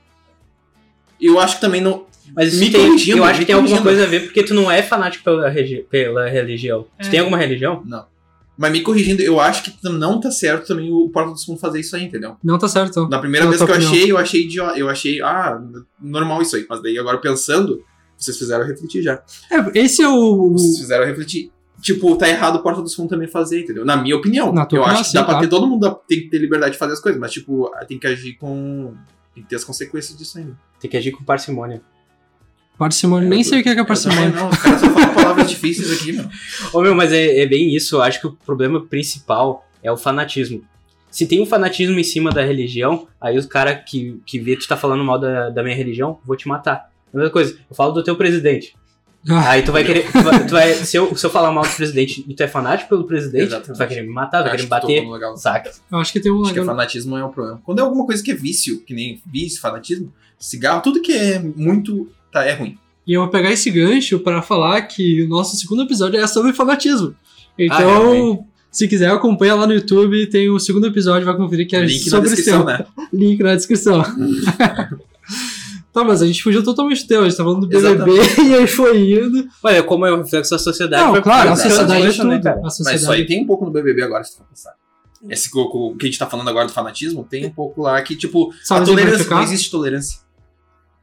Eu acho que também não.
Mas isso
Me
tem,
corrigindo,
eu acho que
me
tem alguma
corrigindo.
coisa a ver, porque tu não é fanático pela, regi- pela religião. Tu
É.
tem alguma religião?
Mas me corrigindo, eu acho que tam- não tá certo também o Porta dos Fundos fazer isso aí, entendeu?
Não tá certo.
Na primeira
Qual
vez
a
que eu
tua opinião?
achei, eu achei idiota. Eu achei, ah, normal isso aí. Mas daí agora pensando, vocês fizeram eu refletir já.
É, esse é o.
Vocês fizeram eu refletir. Tipo, tá errado o Porta dos Fundos também fazer, entendeu? Na minha opinião.
Na tua
eu
opinião,
acho que
sim,
dá pra
claro.
ter todo mundo dá- tem que ter liberdade de fazer as coisas, mas tipo, tem que agir com. Tem que ter as consequências disso né? ainda.
Tem que agir com parcimônia.
Parcimônia. Nem sei o que é que é parcimônia.
Não, os caras só falam palavras difíceis aqui, meu.
Ô meu, mas é, é bem isso. Eu acho que o problema principal é o fanatismo. Se tem um fanatismo em cima da religião, aí os cara que, que vê tu tá falando mal da, da minha religião, vou te matar. A mesma coisa, eu falo do teu presidente.
Ah,
Aí tu vai querer. Tu vai, tu vai- se, eu, se eu falar mal do presidente e tu é fanático pelo presidente,
Exatamente.
tu vai querer me matar, vai
Acho
querer me
que todo
tá bater.
mundo é legal.
Saca?
eu acho que tem um.
Acho que fanatismo é o problema. Quando é alguma coisa que é vício, que nem vício, fanatismo, cigarro, tudo que é muito. Tá, é ruim.
E eu vou pegar esse gancho pra falar que o nosso segundo episódio é sobre fanatismo. Então,
Ah, realmente.
se quiser, acompanha lá no YouTube, tem o segundo episódio, vai conferir que é
Link na
sobre o
descrição,
seu.
né?
Link na descrição. tá, mas a gente fugiu totalmente do tema, a gente tá falando do BBB e aí foi indo.
Olha, como é o reflexo da sociedade.
Não,
vai-
claro, a
vai-
sociedade é
isso, né,
tudo.
cara?
A
Mas isso aí
sociedade.
tem um pouco no BBB agora, se tu for pensar. Esse co- co- que a gente tá falando agora do fanatismo, tem um pouco lá que, tipo, a
Sabe
tolerância, não
tolerância,
existe tolerância.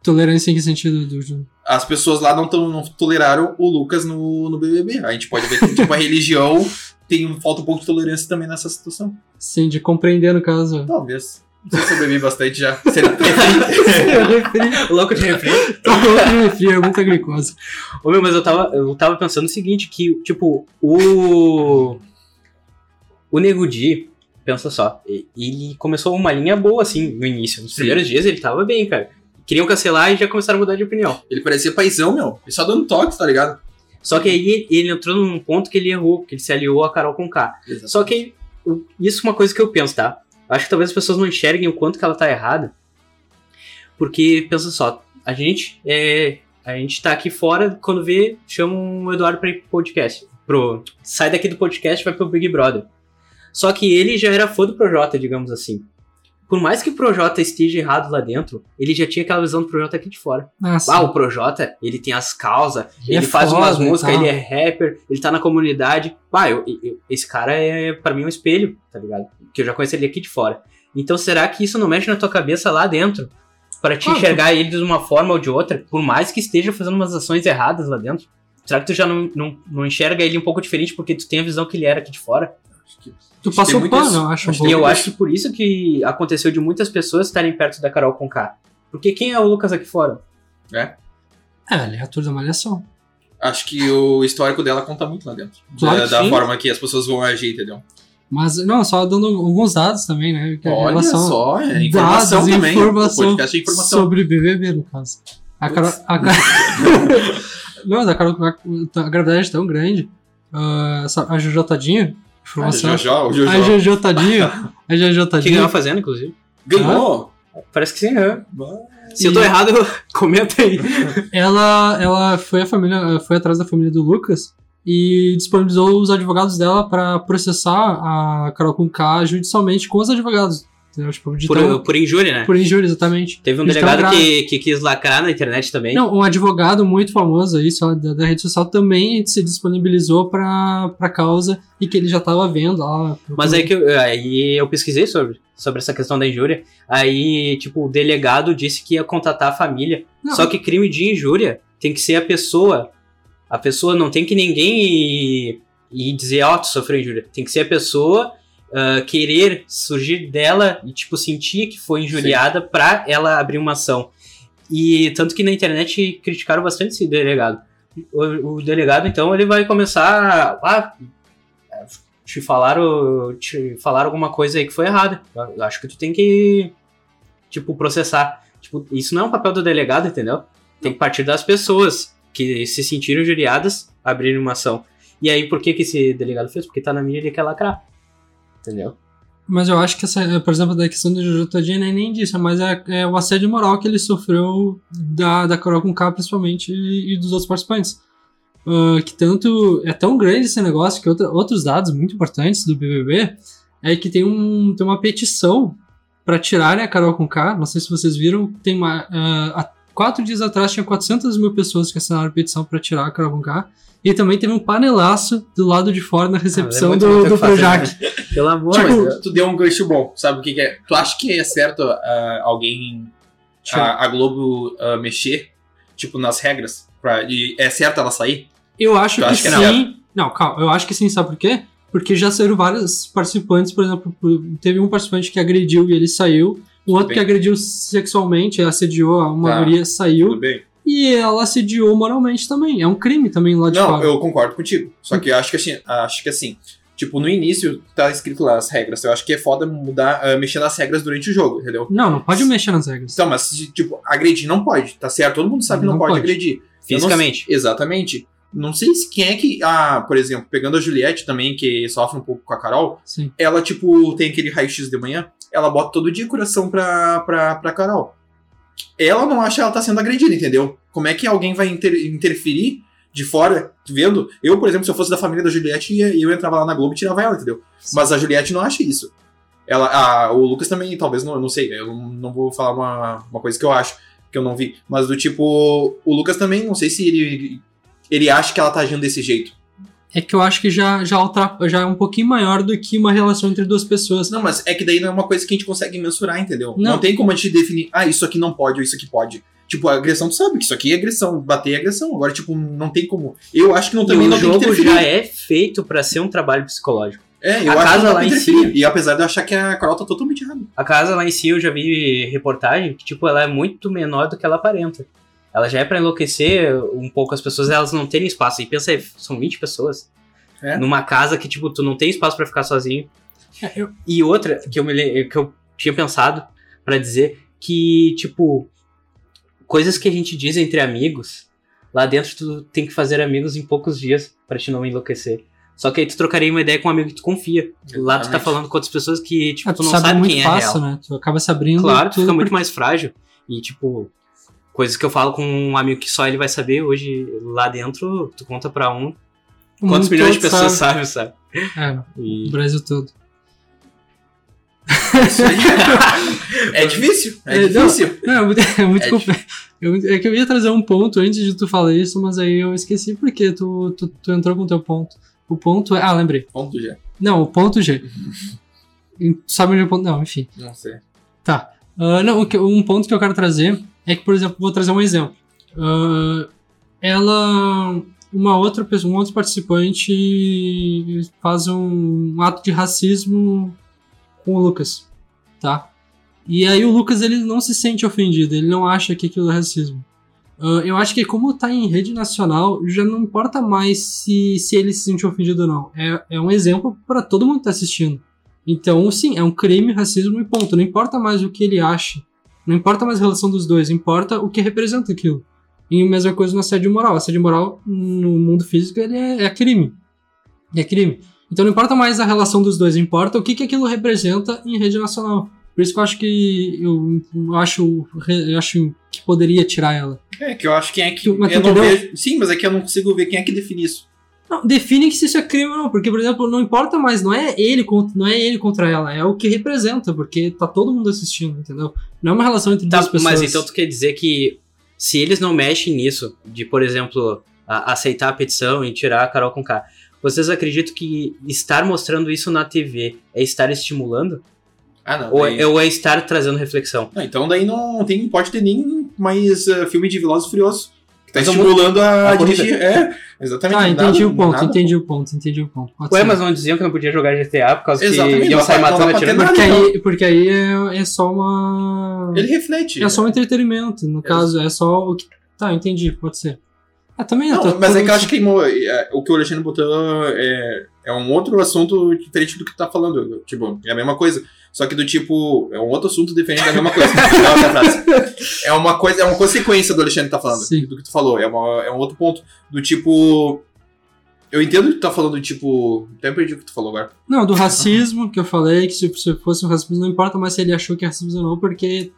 tolerância em que sentido, Dudu?
As pessoas lá não, tão- não toleraram o Lucas no, no BBB. A gente pode ver que, tipo, a religião tem, falta um pouco de tolerância também nessa situação.
Sim, de compreender no caso.
Talvez. Não sei se eu bebi bastante já. Seria-
Eu referi,
Louco de refri.
tô falando de refri, é muita glicose.
Ô meu, mas eu tava, eu tava pensando o seguinte, que, tipo, o. O Nego Di, pensa só, e- ele começou uma linha boa, assim, no início. Nos
Sim.
primeiros dias ele tava bem, cara. Queriam cancelar e já começaram a mudar de opinião.
Ele parecia paizão, meu. Ele só dando toques, tá ligado?
Só que aí ele entrou num ponto que ele errou, que ele se aliou a Carol com K.
Exato.
Só que o- isso é uma coisa que eu penso, tá? Acho que talvez as pessoas não enxerguem o quanto que ela tá errada. Porque, pensa só, a gente é. A gente tá aqui fora, quando vê, chama o Eduardo pra ir pro podcast. Pro, sai daqui do podcast e vai pro Big Brother. Só que ele já era fã do Projota, digamos assim. Por mais que o Projota esteja errado lá dentro, ele já tinha aquela visão do Projota aqui de fora.
Nossa.
Ah, o Projota, ele tem as causas,
Ele
ele,
é
faz
foda
umas
e
músicas,
tal.
ele é rapper, ele tá na comunidade. Pá, eu- eu- esse cara é, pra mim, um espelho, tá ligado? Que eu já conheço ele aqui de fora. Então, será que isso não mexe na tua cabeça lá dentro? Pra te
Ah,
enxergar ele de uma forma ou de outra, por mais que esteja fazendo umas ações erradas lá dentro? Será que tu já não, não, não enxerga ele um pouco diferente porque tu tem a visão que ele era aqui de fora?
tu
tem
passou
muito
pano,
isso.
eu acho. Um
Acho
pouco.
E eu
Pouco.
acho que por isso que aconteceu de muitas pessoas estarem perto da Carol Conká. Porque quem é o Lucas aqui fora?
É, ele é ator da Malhação.
Acho que o histórico dela conta muito lá dentro.
Claro
da
que
da
sim.
forma que as pessoas vão agir, entendeu?
Mas, não, só dando alguns dados também, né? que a
Olha
relação-
só, é informação
dados,
também.
informação
O podcast é informação.
Sobre BBB, no caso. A Carol. A Carol... não, mas a Carol. com A a gravidade é tão grande. ah, essa- a Jojo Tadinho.
Ah,
Informação.
Jojo, o Jojo.
A Jojo Tadinho. A Jojo
Que ganhou
Tadinho.
a fazenda, inclusive.
Ganhou?
Parece que sim, né? Se
E-
eu tô errado, comenta aí.
Ela, ela foi, a família, foi atrás da família do Lucas e disponibilizou os advogados dela pra processar a Carol com K judicialmente com os advogados. Entendeu? Tipo, de
Por,
tão-
por injúria, né?
por injúria, exatamente.
Teve um
Eles tão
delegado que, que quis lacrar na internet também.
Não, um advogado muito famoso aí, só da, da rede social, também se disponibilizou pra, pra causa e que ele já tava vendo lá.
Mas é que eu, aí eu pesquisei sobre, sobre essa questão da injúria. Aí, tipo, o delegado disse que ia contatar a família.
Não.
Só que crime de injúria tem que ser a pessoa. A pessoa não tem que ninguém ir, ir dizer, ó, tu sofreu injúria. Tem que ser a pessoa ah, querer surgir dela e, tipo, sentir que foi injuriada pra ela abrir uma ação. E tanto que na internet criticaram bastante esse delegado. O, o delegado, então, ele vai começar. a- Ah, te falaram, te falaram alguma coisa aí que foi errada. Eu acho que tu tem que, tipo, processar. Tipo, isso não é um papel do delegado, entendeu? Tem que partir das pessoas que se sentiram injuriadas abrirem uma ação. E aí, por que que esse delegado fez? Porque tá na mídia e ele quer lacrar. Entendeu?
Mas eu acho que essa, por exemplo, da questão do Jojo Todinho não é nem disso, mas é, é o assédio moral que ele sofreu da, da Carol com K, principalmente, e, e dos outros participantes. Ah, que tanto. É tão grande esse negócio que outra- outros dados muito importantes do BBB é que tem, um, tem uma petição pra tirarem a Carol com K. Não sei se vocês viram, tem uma. ah, há quatro dias atrás tinha 400 mil pessoas que assinaram a petição pra tirar a Carol com K. E também teve um panelaço do lado de fora na recepção
Ah, é muito, muito o
do,
que
do
fazer,
Projac.
Pelo amor
Tipo,
de Deus.
tu deu um gancho bom, sabe o que, que é? Tu acha que é certo ah, alguém, a, a Globo ah, mexer, tipo, nas regras? Pra, e é certo ela sair?
Eu acho
Eu
que,
acho que
sim.
não.
Não, calma, eu acho que sim, sabe por quê? Porque já saíram vários participantes, por exemplo, por- teve um participante que agrediu e ele saiu, um outro
Bem.
que agrediu sexualmente, assediou uma
Tá.
guria, saiu,
bem.
e ela assediou moralmente também. É um crime também lá de
Não,
fora.
eu concordo contigo. Só que eu acho que assim, acho que assim, tipo, no início tá escrito lá as regras. Eu acho que é foda mudar, ah, mexer nas regras durante o jogo, entendeu?
Não, não pode mexer nas regras.
Então, mas tipo, agredir não pode, tá certo? Todo mundo sabe que não,
Não
pode,
pode.
agredir. Eu não-
Fisicamente.
exatamente. Não sei se quem é que, ah, por exemplo, pegando a Juliette também, que sofre um pouco com a Carol,
Sim.
ela, tipo, tem aquele raio-x de manhã, ela bota todo dia coração pra, pra, pra Carol. Ela não acha que ela tá sendo agredida, entendeu? Como é que alguém vai inter- interferir de fora, vendo? Eu, por exemplo, se eu fosse da família da Juliette, ia- eu entrava lá na Globo e tirava ela, entendeu? Mas a Juliette não acha isso. Ela, a- o Lucas também, talvez, não, eu não sei, eu não- não vou falar uma, uma coisa que eu acho, que eu não vi. Mas do tipo, o Lucas também, não sei se ele, ele acha que ela tá agindo desse jeito.
É que eu acho que já, já, ultra- já é um pouquinho maior do que uma relação entre duas pessoas.
Não, mas é que daí não é uma coisa que a gente consegue mensurar, entendeu? Não,
Não.
tem como a gente definir, ah, isso aqui não pode ou isso aqui pode. Tipo, a agressão, tu sabe que isso aqui é agressão, bater é agressão. Agora, tipo, não tem como. Eu acho que não, também
E o
não tem que
jogo já
interferir.
é feito pra ser um trabalho psicológico.
É, eu
A
acho que
casa
não
lá
tem
em
que interferir. E apesar de eu achar que a Carol tá totalmente errada.
A casa lá em si, eu já vi reportagem que, tipo, ela é muito menor do que ela aparenta. Ela já é pra enlouquecer um pouco as pessoas, elas não terem espaço. E pensa aí, são 20 pessoas.
É.
Numa casa que, tipo, tu não tem espaço pra ficar sozinho.
É, eu-
E outra que eu, me, le- que eu tinha pensado pra dizer, que, tipo, coisas que a gente diz entre amigos, lá dentro tu tem que fazer amigos em poucos dias pra te não enlouquecer. Só que aí tu trocaria uma ideia com um amigo que tu confia. Lá tu tá
Exatamente.
falando com outras pessoas que, tipo,
Ah,
tu, não sabe
muito
quem é real.
fácil, né? Tu acaba se abrindo.
Claro, tu
tudo
fica muito
porque-
mais frágil. E, tipo, coisas que eu falo com um amigo que só ele vai saber hoje, lá dentro, tu conta pra um.
o
Quantos
mundo
milhões de
todo
pessoas sabem, sabe?
sabe. É, o
E-
Brasil todo.
Isso aí. é difícil, é,
É, não.
difícil.
Não, é muito, é muito
É
compl- é muito- é que eu ia trazer um ponto antes de tu falar isso, mas aí eu esqueci porque tu, tu, tu entrou com o teu ponto. O ponto é. Ah, lembrei.
Ponto já.
Não, o ponto G. Em- Sabe onde é o ponto? Não, enfim.
Não sei.
Tá. Ah, não, o que- um ponto que eu quero trazer é que, por exemplo, vou trazer um exemplo. Ah, ela. Uma outra pessoa, um outro participante faz um ato de racismo com o Lucas, tá? E aí o Lucas ele não se sente ofendido, ele não acha que aquilo é racismo. Ah, eu acho que como tá em rede nacional, já não importa mais se, se ele se sente ofendido ou não. É, é um exemplo para todo mundo que tá assistindo. Então, sim, é um crime, racismo e ponto. Não importa mais o que ele acha. Não importa mais a relação dos dois, importa o que representa aquilo. E a mesma coisa no assédio moral. Assédio moral, no mundo físico, ele é, é crime. É crime. Então não importa mais a relação dos dois, importa o que, que aquilo representa em rede nacional. Por isso que eu acho que eu, eu acho, eu acho que poderia tirar ela.
É que eu acho que é que.
Mas
eu
tu
não
entendeu?
vejo. Sim, mas é que eu não consigo ver quem é que define isso.
Não, define que se isso é crime ou não, porque, por exemplo, não importa mais, não é ele contra, não é ele contra ela, é o que representa, porque tá todo mundo assistindo, entendeu? Não é uma relação entre
Tá,
duas pessoas.
mas então tu quer dizer que se eles não mexem nisso, de, por exemplo, a- aceitar a petição e tirar a Carol com K, vocês acreditam que estar mostrando isso na TV é estar estimulando?
Ah, não.
Ou
daí-
é, ou é estar trazendo reflexão?
Ah, então daí não tem, pode ter nem mais eh, filme de Velozes e Furiosos. Que tá
Mas é
estimulando a,
a corrida.
dirigir. É, exatamente.
Tá, entendi
Nada-
o ponto,
nada-
entendi o ponto, entendi o ponto. Pode
Ué,
ser.
mas não diziam que não podia jogar GTA por causa
Exatamente,
que iam
não
sair
vai- não
matando
vai
e atirando?
bater
Porque
Ah, não.
aí, porque aí é, é só uma.
Ele reflete.
É só um entretenimento, no
É.
caso, é só o que. Tá, entendi, pode ser. Ah, também eu
Não,
tô-
mas é
tô-
que eu acho que mo- é, o que o Alexandre botou é, é um outro assunto diferente do que tu tá falando. Tipo, é a mesma coisa. Só que do tipo, é um outro assunto diferente da mesma coisa. É outra frase. É uma coisa, é uma consequência do Alexandre tá falando,
Sim.
do que tu falou. É, uma- é um outro ponto. Do tipo. Eu entendo o que tu tá falando, tipo. Até perdi o que tu falou agora.
Não, do racismo que eu falei, que se, se fosse um racismo, não importa mais se ele achou que é racismo ou não, porque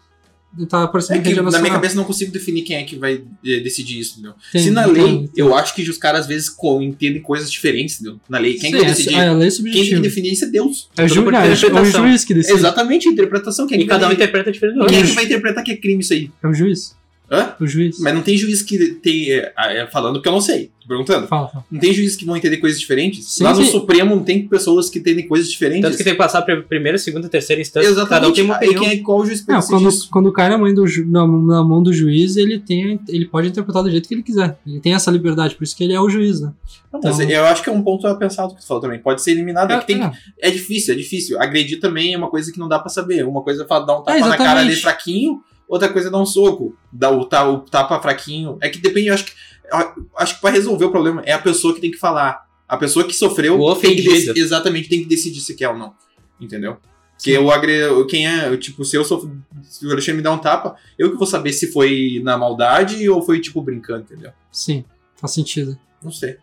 tá aparecendo
É que
rede
na minha
nacional.
cabeça eu não consigo definir quem é que vai eh, decidir isso, entendeu?
Tem-
Se na
tem-
lei, eu acho que os caras às vezes co- entendem coisas diferentes, entendeu? Na lei,
Sim,
quem que vai
é-
decidir?
é, a lei é
Quem tem que
subjetiva.
definir isso é Deus.
É o
tudo
ju-
por
é o ju- é o
interpretação.
juiz que decide.
Exatamente, a interpretação. Quem, é
E
que
cada um
vai,
interpreta diferente do
quem é que
outro.
vai interpretar que é crime isso aí?
É o juiz.
Hã?
O juiz.
Mas não tem juiz que tem. eh, ah, eh, falando que eu não sei, tô perguntando.
Fala, fala.
Não tem juiz que vão entender coisas diferentes?
Sim,
Lá no
sim.
Supremo não tem pessoas que entendem coisas diferentes?
Tanto que tem que passar pra primeira, segunda, terceira instância.
Exatamente.
Cada um tem uma
Ah, e
opinião.
quem é qual juiz que vai
Não,
decidir
quando,
isso?
quando cai na mão, do, ju- na, na mão do juiz, ele, tem, ele pode interpretar do jeito que ele quiser. Ele tem essa liberdade, por isso que ele é o juiz, né?
Não, mas
Então-
eu acho que é um ponto a pensar do que tu falou também. Pode ser eliminado. É, que tem,
É,
é difícil, é difícil. Agredir também é uma coisa que não dá pra saber. Uma coisa é falar, dar um tapa
É,
na cara ali
exatamente.
fraquinho, outra coisa é dar um soco. Dar o, ta- o tapa fraquinho. É que depende, eu acho que. eu Acho que pra resolver o problema é a pessoa que tem que falar. A pessoa que sofreu
O
tem que dec-
ofendido.
exatamente tem que decidir se quer ou não. Entendeu? Porque eu agre... quem é, eu, tipo, se eu sofro, se o Alexandre me dar um tapa, eu que vou saber se foi na maldade ou foi, tipo, brincando, entendeu?
Sim, faz sentido. Ah,
Não sei.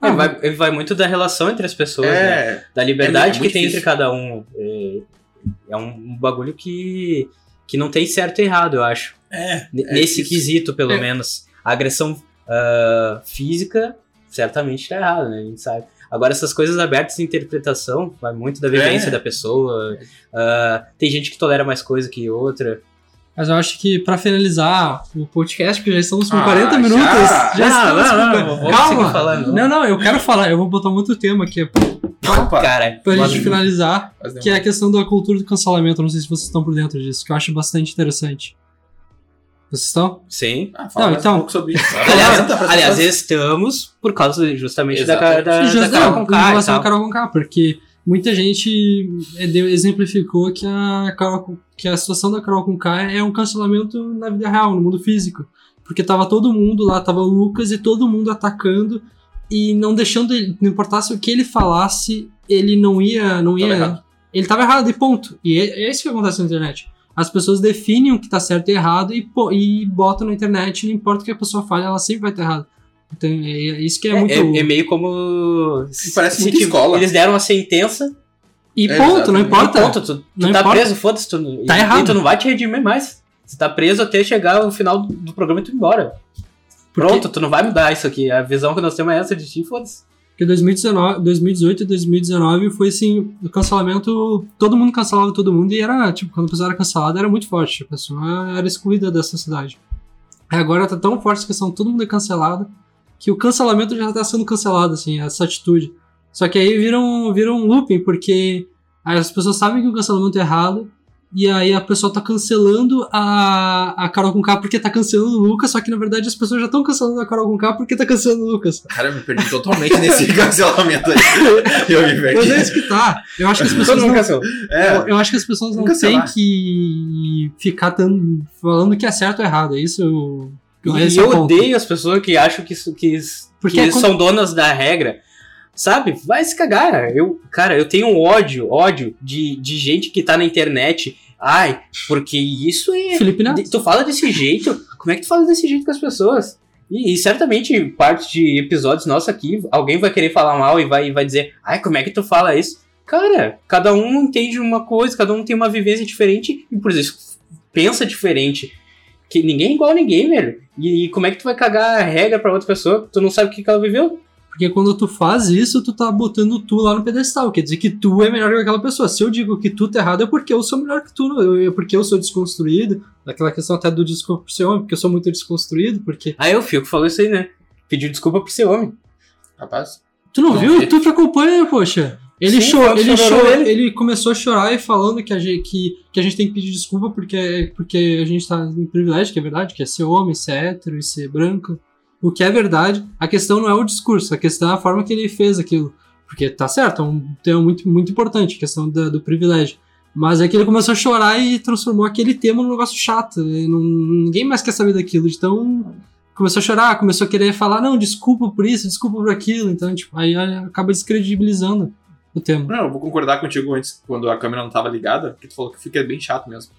É, vai, ele vai muito da relação entre as pessoas, né?
É,
Da liberdade
É muito
que tem entre
difícil.
cada um. É, é um bagulho que, que não tem certo e errado, eu acho.
É,
N-
é
Nesse
difícil.
quesito, pelo
É.
menos. A agressão ah, física certamente tá errada, né? A gente sabe. Agora, essas coisas abertas de interpretação, vai muito da vivência
É.
da pessoa. Ah, tem gente que tolera mais coisa que outra.
Mas eu acho que pra finalizar o podcast, porque já estamos com
Ah,
40
já?
minutos. Já,
Já,
estamos com...
vou
Calma!
conseguir falar, não.
Não, não, eu quero falar, eu vou botar muito tema aqui pra
Opa,
Cara,
pra
Mas-
gente finalizar,
Mas um, não.
que é a questão da cultura do cancelamento. Eu Não sei se vocês estão por dentro disso, que eu acho bastante interessante. Vocês estão?
sim.
Ah, fala
Não,
mais
então-
um pouco sobre isso.
Aliás,
Apresenta pra
aliás,
pessoas.
estamos por causa justamente da, da, da,
Exatamente.
Já
da Carol
não, em
Conká e
relação
tal.
à Carol Conká, porque muita gente é, deu- exemplificou que a, Carol, que a situação da Carol Conká é um cancelamento na vida real, no mundo físico. Porque tava todo mundo lá, tava o Lucas e todo mundo atacando e não deixando ele, não importasse o que ele falasse, ele não ia, não
Tava
ia,
errado.
ele tava errado e ponto. E é, é isso que acontece na internet. As pessoas definem o que tá certo e errado e, po- e botam na internet, não importa o que a pessoa fale, ela sempre vai estar errada. Então, é, é isso que é, muito...
É, é meio como.
Parece
se
muito
tive-
escola.
Eles deram uma sentença.
E
É,
ponto, não
exatamente.
importa.
Ponto, tu, tu
Não
tá
importa.
preso, foda-se. Tu,
Tá
e,
errado.
E tu não vai te redimir mais. Tu tá preso até chegar o final do- do programa e tu ir embora.
Porque-
Pronto, tu não vai mudar isso aqui. A visão que nós temos é essa de ti, foda-se.
Porque 2019, 2018 e 2019 foi assim, o cancelamento, todo mundo cancelava todo mundo e era, tipo, quando a pessoa era cancelada era muito forte, a pessoa era excluída da sociedade. Aí Agora tá tão forte essa questão, todo mundo é cancelado, que o cancelamento já tá sendo cancelado, assim, essa atitude. Só que aí vira um, vira um looping, porque as pessoas sabem que o cancelamento é errado, e aí a pessoa tá cancelando a, a Carol com K porque tá cancelando o Lucas, só que na verdade as pessoas já estão cancelando a Carol com K porque tá cancelando o Lucas.
Cara, eu me perdi totalmente nesse cancelamento aí. Eu me
Mas é
perdi.
isso que tá. Eu acho que as
Então
pessoas não,
É,
eu- eu acho que as pessoas não
Nunca sei
têm
lá.
que ficar tão, falando que é certo ou errado. É Isso eu.
E
esse é o
eu
ponto.
odeio as pessoas que acham que, isso- que, isso-
Porque
que
é quando-
são donas da regra. Sabe? Vai se cagar. Eu, cara, eu tenho um ódio, ódio de, de gente que tá na internet. Ai, porque isso é.
Felipe né? Neto.
de- Tu fala desse jeito? Como é que tu fala desse jeito com as pessoas? E, e certamente parte de episódios nossos aqui, alguém vai querer falar mal e vai, vai dizer, ai, como é que tu fala isso? Cara, cada um entende uma coisa, cada um tem uma vivência diferente e por isso pensa diferente. Que ninguém é igual a ninguém, velho. E, e como é que tu vai cagar a regra pra outra pessoa? Tu não sabe o que, que ela viveu?
Porque quando tu faz isso, tu tá botando tu lá no pedestal. Quer dizer que tu é melhor que aquela pessoa. Se eu digo que tu tá errado, é porque eu sou melhor que tu. eu- É porque eu sou desconstruído. Daquela questão até do desculpa pro seu homem, porque eu sou muito desconstruído, porque.
Aí eu fico falou isso aí, né? Pediu desculpa pro seu homem.
rapaz.
Tu não,
Não,
viu?
ele-
Tu que acompanha, poxa. Ele,
Sim,
cho-
foi o que
ele,
chororou
cho-
ele.
ele começou a chorar e falando que a gente, que, que a gente tem que pedir desculpa porque, porque a gente tá em privilégio, que é verdade, que é ser homem, ser hétero e ser branco. O que é verdade, a questão não é o discurso, a questão é a forma que ele fez aquilo. Porque tá certo, é um tema muito, muito importante, a questão da- do privilégio. Mas é que ele começou a chorar e transformou aquele tema num negócio chato. né? e não- ninguém mais quer saber daquilo. Então começou a chorar, começou a querer falar, não, desculpa por isso, desculpa por aquilo. Então, tipo, aí acaba descredibilizando o tema.
Não, eu vou concordar contigo antes, quando a câmera não tava ligada, porque tu falou que fica bem chato mesmo.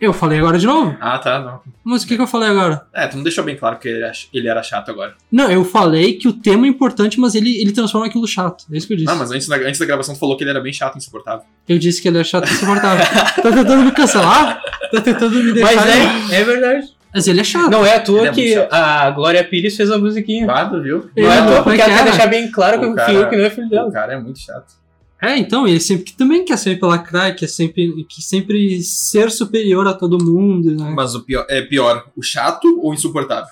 Eu falei agora de novo.
Ah, tá, não.
Mas o que, que eu falei agora?
É, tu não deixou bem claro que ele era, ch- ele era chato agora.
Não, eu falei que o tema é importante, mas ele, ele transforma aquilo chato. É isso que eu disse.
Ah,
Não, mas antes da, antes da gravação tu falou que ele era bem chato, insuportável.
Eu disse que ele é chato e insuportável. tá tentando me cancelar? Tá tentando me deixar.
Mas é, é verdade.
Mas ele é chato.
Não é à toa
Ele é
que
muito chato.
a Glória Pires fez a musiquinha.
Claro, viu?
Não é à
Ele-
toa,
como é
porque
que
ela quer
era?
deixar bem claro que
O
o
cara-
Fiuk não é filho dela.
O cara é muito chato.
É, então, ele sempre que também quer sempre lacrar, quer sempre, que sempre ser superior a todo mundo, né?
Mas o pior, é pior, o chato ou o insuportável?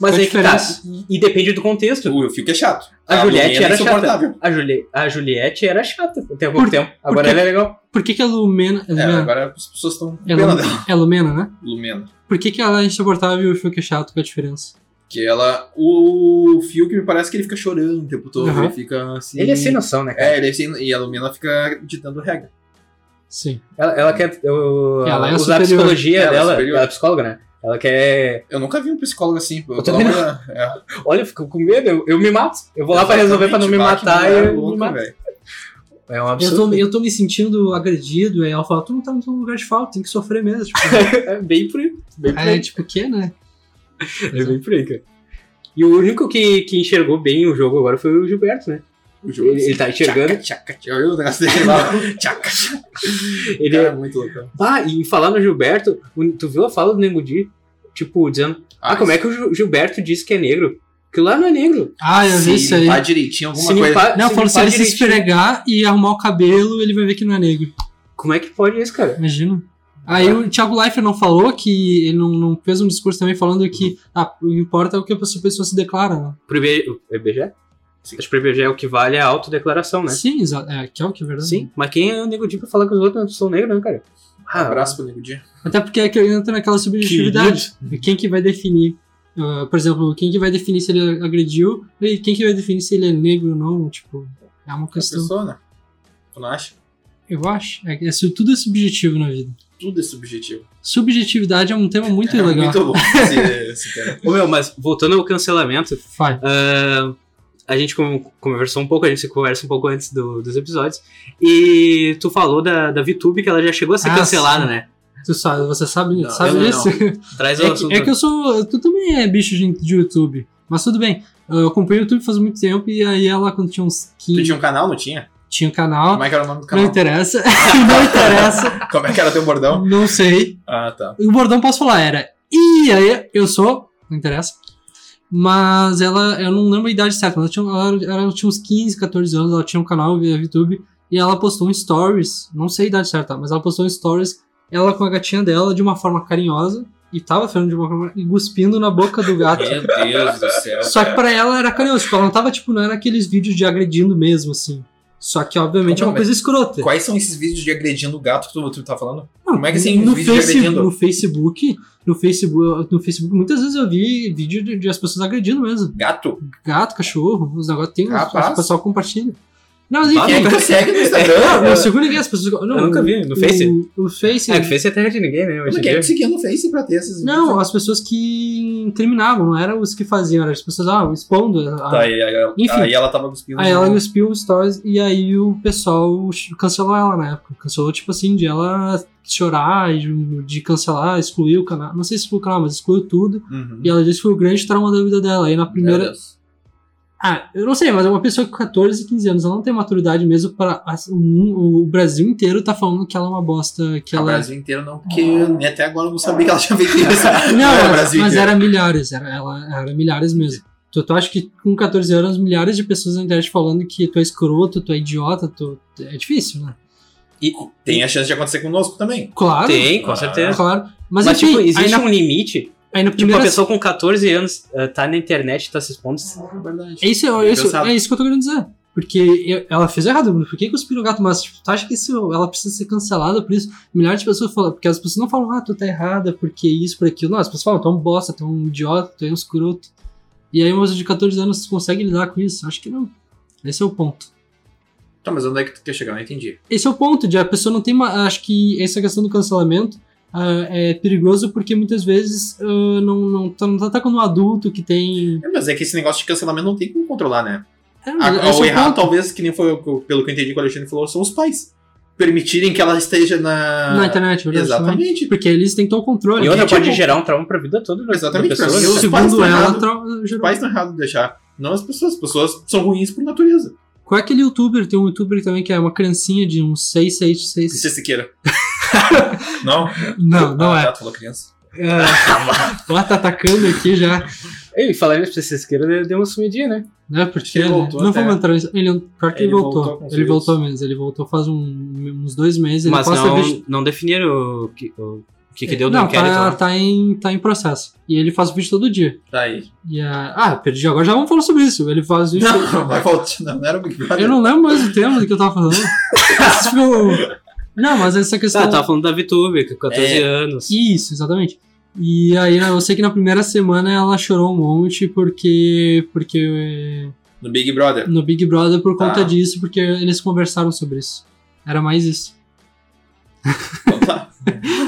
Mas
Qual a
aí que tá.
diferença?
E, e depende do contexto.
O Fiuk é chato.
A Juliette
Lumena é
era
insuportável.
chata. A, Juli- a Juliette era chata até há pouco
Por-
tempo. Agora
quê?
ela é legal.
Por que, que a Lumena. É
É,
Lumena?
agora as pessoas estão com
É,
pena dela.
Lumena, é Lumena, né?
Lumena.
Por que, que ela é insuportável e o Fiuk é chato? Qual a diferença?
Que ela. O Fiuk me parece que ele fica chorando o tempo todo.
Aham.
Ele fica assim.
Ele é sem noção, né, cara?
É, ele é sem... e a Lumena fica ditando regra.
Sim.
Ela, ela quer eu-
Ela é
usar
superior.
a psicologia
Ela é
dela.
superior.
ela é psicóloga, né? Ela quer.
Eu nunca vi um psicólogo assim. pô.
Eu também
Pelo amor- é.
Olha, eu fico com medo, eu, eu me mato. Eu vou lá pra resolver pra não me
Exatamente,
matar
o
e
cara é
eu me
louco,
mato.
velho.
É um
Eu tô,
absurdo.
eu tô me sentindo agredido, aí ela fala, tu não tá no teu lugar de falta, tem que sofrer mesmo. Tipo,
É bem por aí. Bem por aí.
é tipo o quê, né?
É bem por aí, cara. E o único que, que enxergou bem o jogo agora foi o Gilberto, né?
O jogo. assim,
Ele, ele tá enxergando.
Tchaca, tchaca. Já viu o negócio dele lá? Tchaca.
Ele,
Cara, é muito louco.
Ah, e falar no Gilberto, o- tu viu a fala do Nego Di? Tipo, dizendo, ah, como é que o Gil- Gilberto disse que é negro? Que lá não é negro.
Ah, eu vi isso aí.
Tá direitinho, alguma coisa.
limpar-
Não, falou se ele se
direitinho.
esfregar e arrumar o cabelo, ele vai ver que não é negro.
Como é que pode isso, cara?
Imagina. Aí Ah, o Thiago Leifert não falou que ele não, não fez um discurso também falando que ah, o que importa é o que a pessoa a pessoa se declara, né?
Pro IBGE? o IBGE? Acho que pro IBGE é o que vale a autodeclaração, né?
Sim, exato. É, que é o que é verdade.
Sim. Mas quem é o Nego Di pra falar que os outros não são negros, né, cara?
Um
Ah,
abraço pro Nego Dia.
Até porque é que entra naquela subjetividade. Quem que vai definir? ah, por exemplo, quem que vai definir se ele agrediu e quem que vai definir se ele é negro ou não? Tipo, é uma questão.
Pessoa, né? Tu não acha?
Eu acho. É, é, su- tudo é subjetivo na vida.
Tudo é subjetivo.
Subjetividade é um tema muito
é
legal.
muito bom esse, esse tema.
Ô, meu, mas voltando ao cancelamento,
Vai.
Ah, a gente con- conversou um pouco, a gente se conversa um pouco antes do- dos episódios. E tu falou da, da VTube que ela já chegou a ser
Ah,
cancelada,
sim.
né?
Tu sabe, você sabe,
Não,
sabe
eu não.
isso?
Traz o
É
assunto.
que, é que eu sou. Tu também é bicho de, de YouTube. Mas tudo bem. Eu acompanho o YouTube faz muito tempo e aí ela, quando tinha uns
Tu
15,
tinha um canal, não tinha?
tinha um canal.
Como é que era o nome do
Não
canal?
interessa. não interessa.
Como é que era teu bordão?
Não sei.
Ah, tá.
O bordão posso falar era. E aí, eu sou. Não interessa. Mas ela, eu não lembro a idade certa, mas ela tinha, ela, era- ela tinha uns 15, 14 anos, ela tinha um canal via YouTube e ela postou um stories, não sei a idade certa, mas ela postou um stories, ela com a gatinha dela de uma forma carinhosa, e tava falando de uma forma, e cuspindo na boca do gato.
Meu Deus do céu.
Só que
cara.
pra ela era carinhoso, tipo, ela não tava, tipo, não era aqueles vídeos de agredindo mesmo, assim. Só que, obviamente, é
Como
uma coisa escrota.
Quais são esses vídeos de agredindo o gato que tu, tu tá falando?
Não,
como é que assim,
no,
vídeo de
Face-
agredindo?
no Facebook, no Facebook, no Facebook, muitas vezes eu vi vídeo de, de as pessoas agredindo mesmo.
Gato?
Gato, cachorro, os negócios tem, os-
Rapaz.
o pessoal compartilha. Não, mas
Quem é que
enfim.
tu segue no Instagram?
Não, não sigo ninguém, as pessoas. Não,
Eu nunca
o-
vi, no Face?
O, o Face.
É, que fez até de ninguém, né? Hoje
Como
em
que é
dia.
que tu seguia no Face pra ter esses
Não, as pessoas que terminavam, não eram os que faziam, eram as pessoas, ah, expondo. a-
Tá, e aí, ela-
Enfim.
aí ela tava cuspindo.
Aí ela cuspiu os stories e aí o pessoal ch- cancelou ela na época. Cancelou, tipo assim, de ela chorar, de, de cancelar, excluir o canal. Não sei se excluiu o canal, mas excluiu tudo.
Uhum.
E ela disse que foi o grande trauma da vida dela. Aí na
Meu
primeira.
Deus.
Ah, eu não sei, mas é uma pessoa com 14, 15 anos, ela não tem maturidade mesmo para. O, mu- o Brasil inteiro tá falando que ela é uma bosta, que
O
ela.
Brasil inteiro não, porque nem até agora eu não sabia que ela tinha feito isso.
Não,
é o
mas,
Brasil
mas
inteiro.
era milhares, era, ela, era milhares mesmo. Então, Tu, tu acha que com 14 anos, milhares de pessoas na internet falando que tu é escroto, tu é idiota, tu. É difícil, né?
E-
Tem a chance de acontecer conosco também.
Claro.
Tem, com
Ah.
certeza.
É, Claro. Mas,
Mas,
enfim,
tipo,
aí,
existe
na,
um limite.
aí na
Tipo,
primeira.
uma pessoa com 14 anos eh, tá na internet, tá se expondo.
É verdade.
é, isso, é, isso,
Cansado.
é isso que eu tô querendo dizer. Porque eu- ela fez errado, Bruno. Por que que cuspiu o gato? Mas tipo, tu acha que isso, ela precisa ser cancelada por isso? Milhares de pessoas falam. Porque as pessoas não falam, ah, tu tá errada, porque isso, por aquilo. Não, as pessoas falam, tu é um bosta, tu é um idiota, tu é um escroto. E aí, um moço de 14 anos consegue lidar com isso? Acho que não. Esse é o ponto.
Tá, mas onde é que tu quer chegar? Não entendi.
Esse é o ponto, de a pessoa não tem uma, acho que essa questão do cancelamento ah, é perigoso porque muitas vezes ah, não, não, tá, não tá atacando um adulto que tem.
É, mas é que esse negócio de cancelamento não tem como controlar, né?
É,
A,
esse é
o
o
errado,
ponto.
talvez, que nem foi o que- pelo que eu entendi que o Alexandre falou, são os pais. permitirem que ela esteja na.
Na internet, verdade. né?
Exatamente.
Porque eles têm todo o controle.
Ah, E outra
tipo-
pode gerar um trauma pra vida toda da,
Exatamente,
da
pra
pessoa.
mim,
né?
Eu,
Os pais
segundo
estão
ela,
errados.
tra-
Os
gerou.
pais estão errados de deixar. Não as pessoas. As pessoas são ruins por natureza.
Qual é aquele youtuber? Tem um youtuber também que é uma criancinha de uns 6, 6, 6.
Você se queira. não?
Não, não
Ah,
é.
tá, tu falou criança.
é. Ela tá atacando aqui já.
Ei, falar isso pra vocês queiram, deu uma sumidinha, né?
Né? Porque
Ele
né?
voltou
não
até.
vamos entrar nisso. Ele, pior que ele,
Ele
voltou.
voltou com os
ele
vídeos.
voltou mesmo. Ele voltou faz um- uns dois meses. Ele
Mas
posta
não,
vídeo.
não definiram o que, o que, que deu né? no
não,
inquérito.
tá,
lá.
tá, em, tá em processo. E ele faz vídeo todo dia.
Tá aí.
E a... Ah, perdi. Agora já vamos falar sobre isso. Ele faz vídeo. todo-
Não, vai voltar. Não, não era o Big Brother.
Eu não lembro mais o tema do que eu tava falando. Vocês ficam- não, mas essa questão.
Tá, tava falando da VTube, com 14
É.
anos.
Isso, exatamente. E aí né, eu sei que na primeira semana ela chorou um monte porque. porque
No Big Brother.
no Big Brother por
Tá.
conta disso, porque eles conversaram sobre isso. Era mais isso.
Então tá.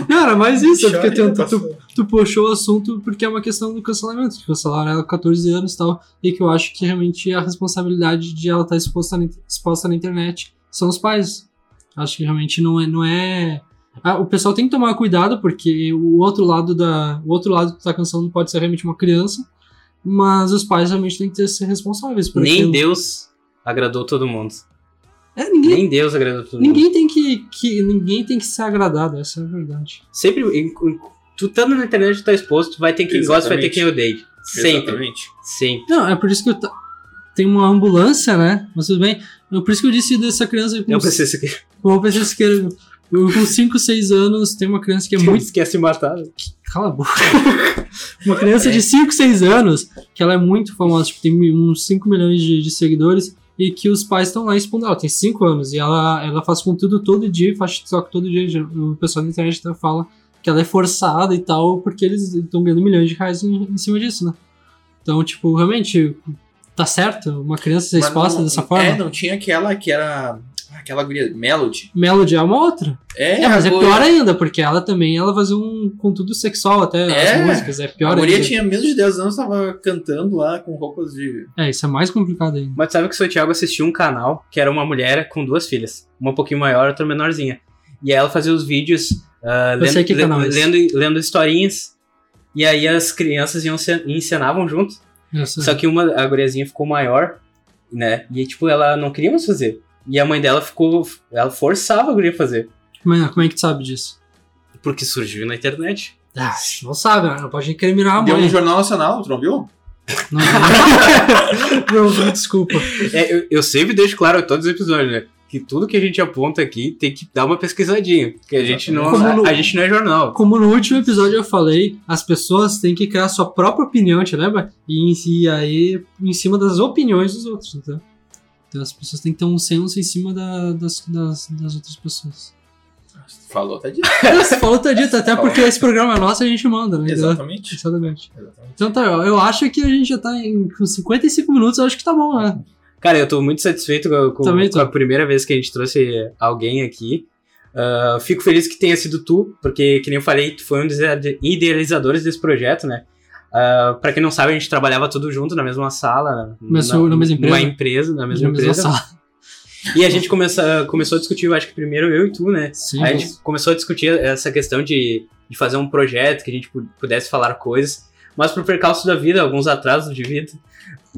Não, era mais isso, é porque tu,
Chora,
tu, tu,
passou.
tu puxou o assunto porque é uma questão do cancelamento. Tipo, que Cancelaram ela com 14 anos e tal, e que eu acho que realmente a responsabilidade de ela estar exposta na, in- exposta na internet são os pais. Acho que realmente não é. Não é... Ah, o pessoal tem que tomar cuidado, porque o outro lado da. O outro lado que tu tá cancelando pode ser realmente uma criança, mas os pais realmente têm que ter- ser responsáveis. por
Nem
aquilo.
Deus agradou todo mundo.
É, ninguém,
Nem Deus agradou todo mundo.
ninguém tem que, que. Ninguém tem que ser agradado, essa é a verdade.
Sempre, em- em- tu estando na internet, tu tá exposto, vai ter quem gosta, vai ter quem odeia. Sempre,
Exatamente.
sempre.
Não, é por isso que eu ta- tem uma ambulância, né? Mas tudo bem. Eu- Por isso que eu disse dessa criança com,
Eu pensei isso aqui.
com, eu pensei que era- eu com 5, 6 anos, tem uma criança que é muito.
esquece de matar.
Cala a boca. uma criança de 5, 6 anos, que ela é muito famosa, tipo, tem mi- uns 5 milhões de, de seguidores, e que os pais estão lá expondo. Ela tem 5 anos, e ela, ela faz conteúdo todo dia, faz TikTok todo dia. já- O pessoal da internet até fala que ela é forçada e tal, porque eles estão ganhando milhões de reais em, em cima disso, né? Então, tipo, realmente, tá certo uma criança ser
Mas
exposta
não-
dessa forma?
É, não tinha aquela que era. Aquela guria, Melody.
Melody é uma outra. É, mas é
a
pior ainda, porque ela também ela fazia um conteúdo sexual até
É,
as músicas, é pior
A guria
ainda.
tinha menos de 10 anos, tava cantando lá com roupas de.
É, isso é mais complicado ainda.
Mas sabe que o Santiago assistiu um canal que era uma mulher com duas filhas. Uma um pouquinho maior, outra menorzinha. E aí ela fazia os vídeos ah,
Eu
lendo,
sei que
le-
canal é esse.
lendo, lendo historinhas. E aí as crianças iam se, encenavam junto.
Eu sei.
Só que uma, a guriazinha ficou maior, né? E tipo, ela não queria mais fazer. E a mãe dela ficou. Ela forçava a guria a fazer.
Como, é, como é que tu sabe disso?
Porque surgiu na internet.
Ah, não sabe, né? não pode incriminar a
Deu um
mãe.
no Jornal Nacional, tu não viu?
Não, não, não, desculpa.
É, eu, eu sempre deixo claro em todos os episódios, né? Que tudo que a gente aponta aqui tem que dar uma pesquisadinha. Porque a gente não,
Como
a,
no-
a gente não é jornal.
Como no último episódio eu falei, as pessoas têm que criar sua própria opinião, te lembra? E, em- e aí, em cima das opiniões dos outros, entendeu? Então as pessoas têm que ter um senso em cima da- das, das- das outras pessoas.
Falou, tá dito.
Nossa, falou tá dito, até porque esse programa é nosso e a gente manda, né? Então,
Exatamente.
Exatamente.
Exatamente.
Então tá, eu- eu acho que a gente já tá em, com 55 minutos, eu acho que tá bom, né?
Cara, eu tô muito satisfeito com, com-
Também tô.
com a primeira vez que a gente trouxe alguém aqui. Ah, fico feliz que tenha sido tu, porque, que nem eu falei, tu foi um dos idealizadores desse projeto, né? Ah, pra quem não sabe, a gente trabalhava tudo junto na mesma sala. né?
Começou na mesma
Numa
empresa?
empresa, na mesma
Na mesma
empresa.
sala.
E a gente começa, começou a discutir, eu acho que primeiro eu e tu, né?
Sim.
Aí a gente começou a discutir essa questão de, de fazer um projeto que a gente pu- pudesse falar coisas, mas por percalço da vida, alguns atrasos de vida,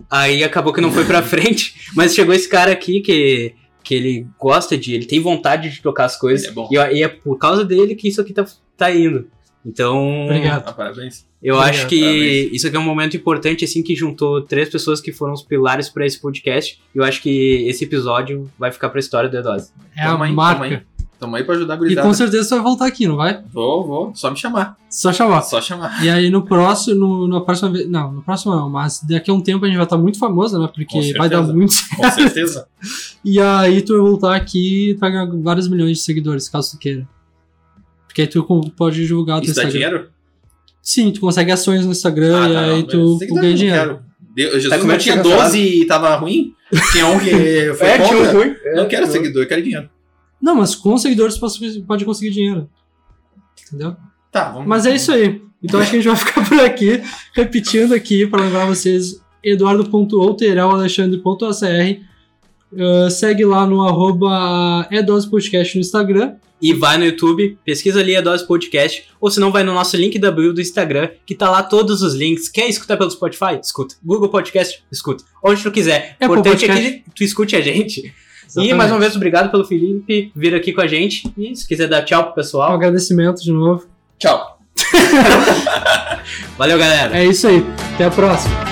aí acabou que não foi pra frente. Mas chegou esse cara aqui que, que ele gosta de, ele tem vontade de tocar as coisas,
Ele é bom.
e, eu- e é por causa dele que isso aqui tá, tá indo. Então,
Obrigado.
Ah, parabéns.
eu
Obrigado,
acho que
parabéns.
isso aqui é um momento importante, assim, que juntou três pessoas que foram os pilares pra esse podcast. E eu acho que esse episódio vai ficar pra história do Edose.
É a
Tamo aí, tamo
marca.
aí. Tamo aí pra ajudar a
E
gurizada.
com certeza você vai voltar aqui, não vai?
Vou, vou. Só me chamar.
Só chamar.
Só chamar.
E aí no próximo, no, na próxima vez. Não, no próximo não, mas daqui a um tempo a gente vai estar muito famoso, né?
Com
Porque
certeza.
vai dar muito.
Com certeza.
E aí tu vai voltar aqui e vai ganhar vários milhões de seguidores, caso tu queira. Porque aí tu com- pode divulgar o teu
Isso dá
Instagram.
dinheiro?
Sim, tu consegue ações no Instagram
Ah,
é e
tá,
aí
não,
tu,
beleza. Sei que
tu
tá,
ganha
não
dinheiro.
quero. Deus, Jesus
como é
não
que
tinha
fica essa
12 e tava ruim? Tinha um que
É,
foi
É,
contra?
ruim.
Não quero seguidor, eu quero dinheiro.
Não, mas com seguidores tu pode- pode conseguir dinheiro. Entendeu?
Tá, vamos.
Mas é isso aí. Então acho que a gente vai ficar por aqui, repetindo aqui para lembrar vocês, eduardo.outerão, alexandre.acr. Ah, segue lá no arroba é Dose Podcast no Instagram.
E vai no YouTube, pesquisa ali a Dose Podcast, ou se não vai no nosso link da bio do Instagram, que tá lá todos os links. Quer escutar pelo Spotify? Escuta. Google Podcast? Escuta. Onde tu quiser. O
Apple
importante é
Podcast.
que tu escute a gente. E mais uma vez, obrigado pelo Felipe vir aqui com a gente. E se quiser dar tchau pro
Um
pessoal.
agradecimento de novo.
Tchau.
Valeu, galera.
É isso aí. Até a próxima.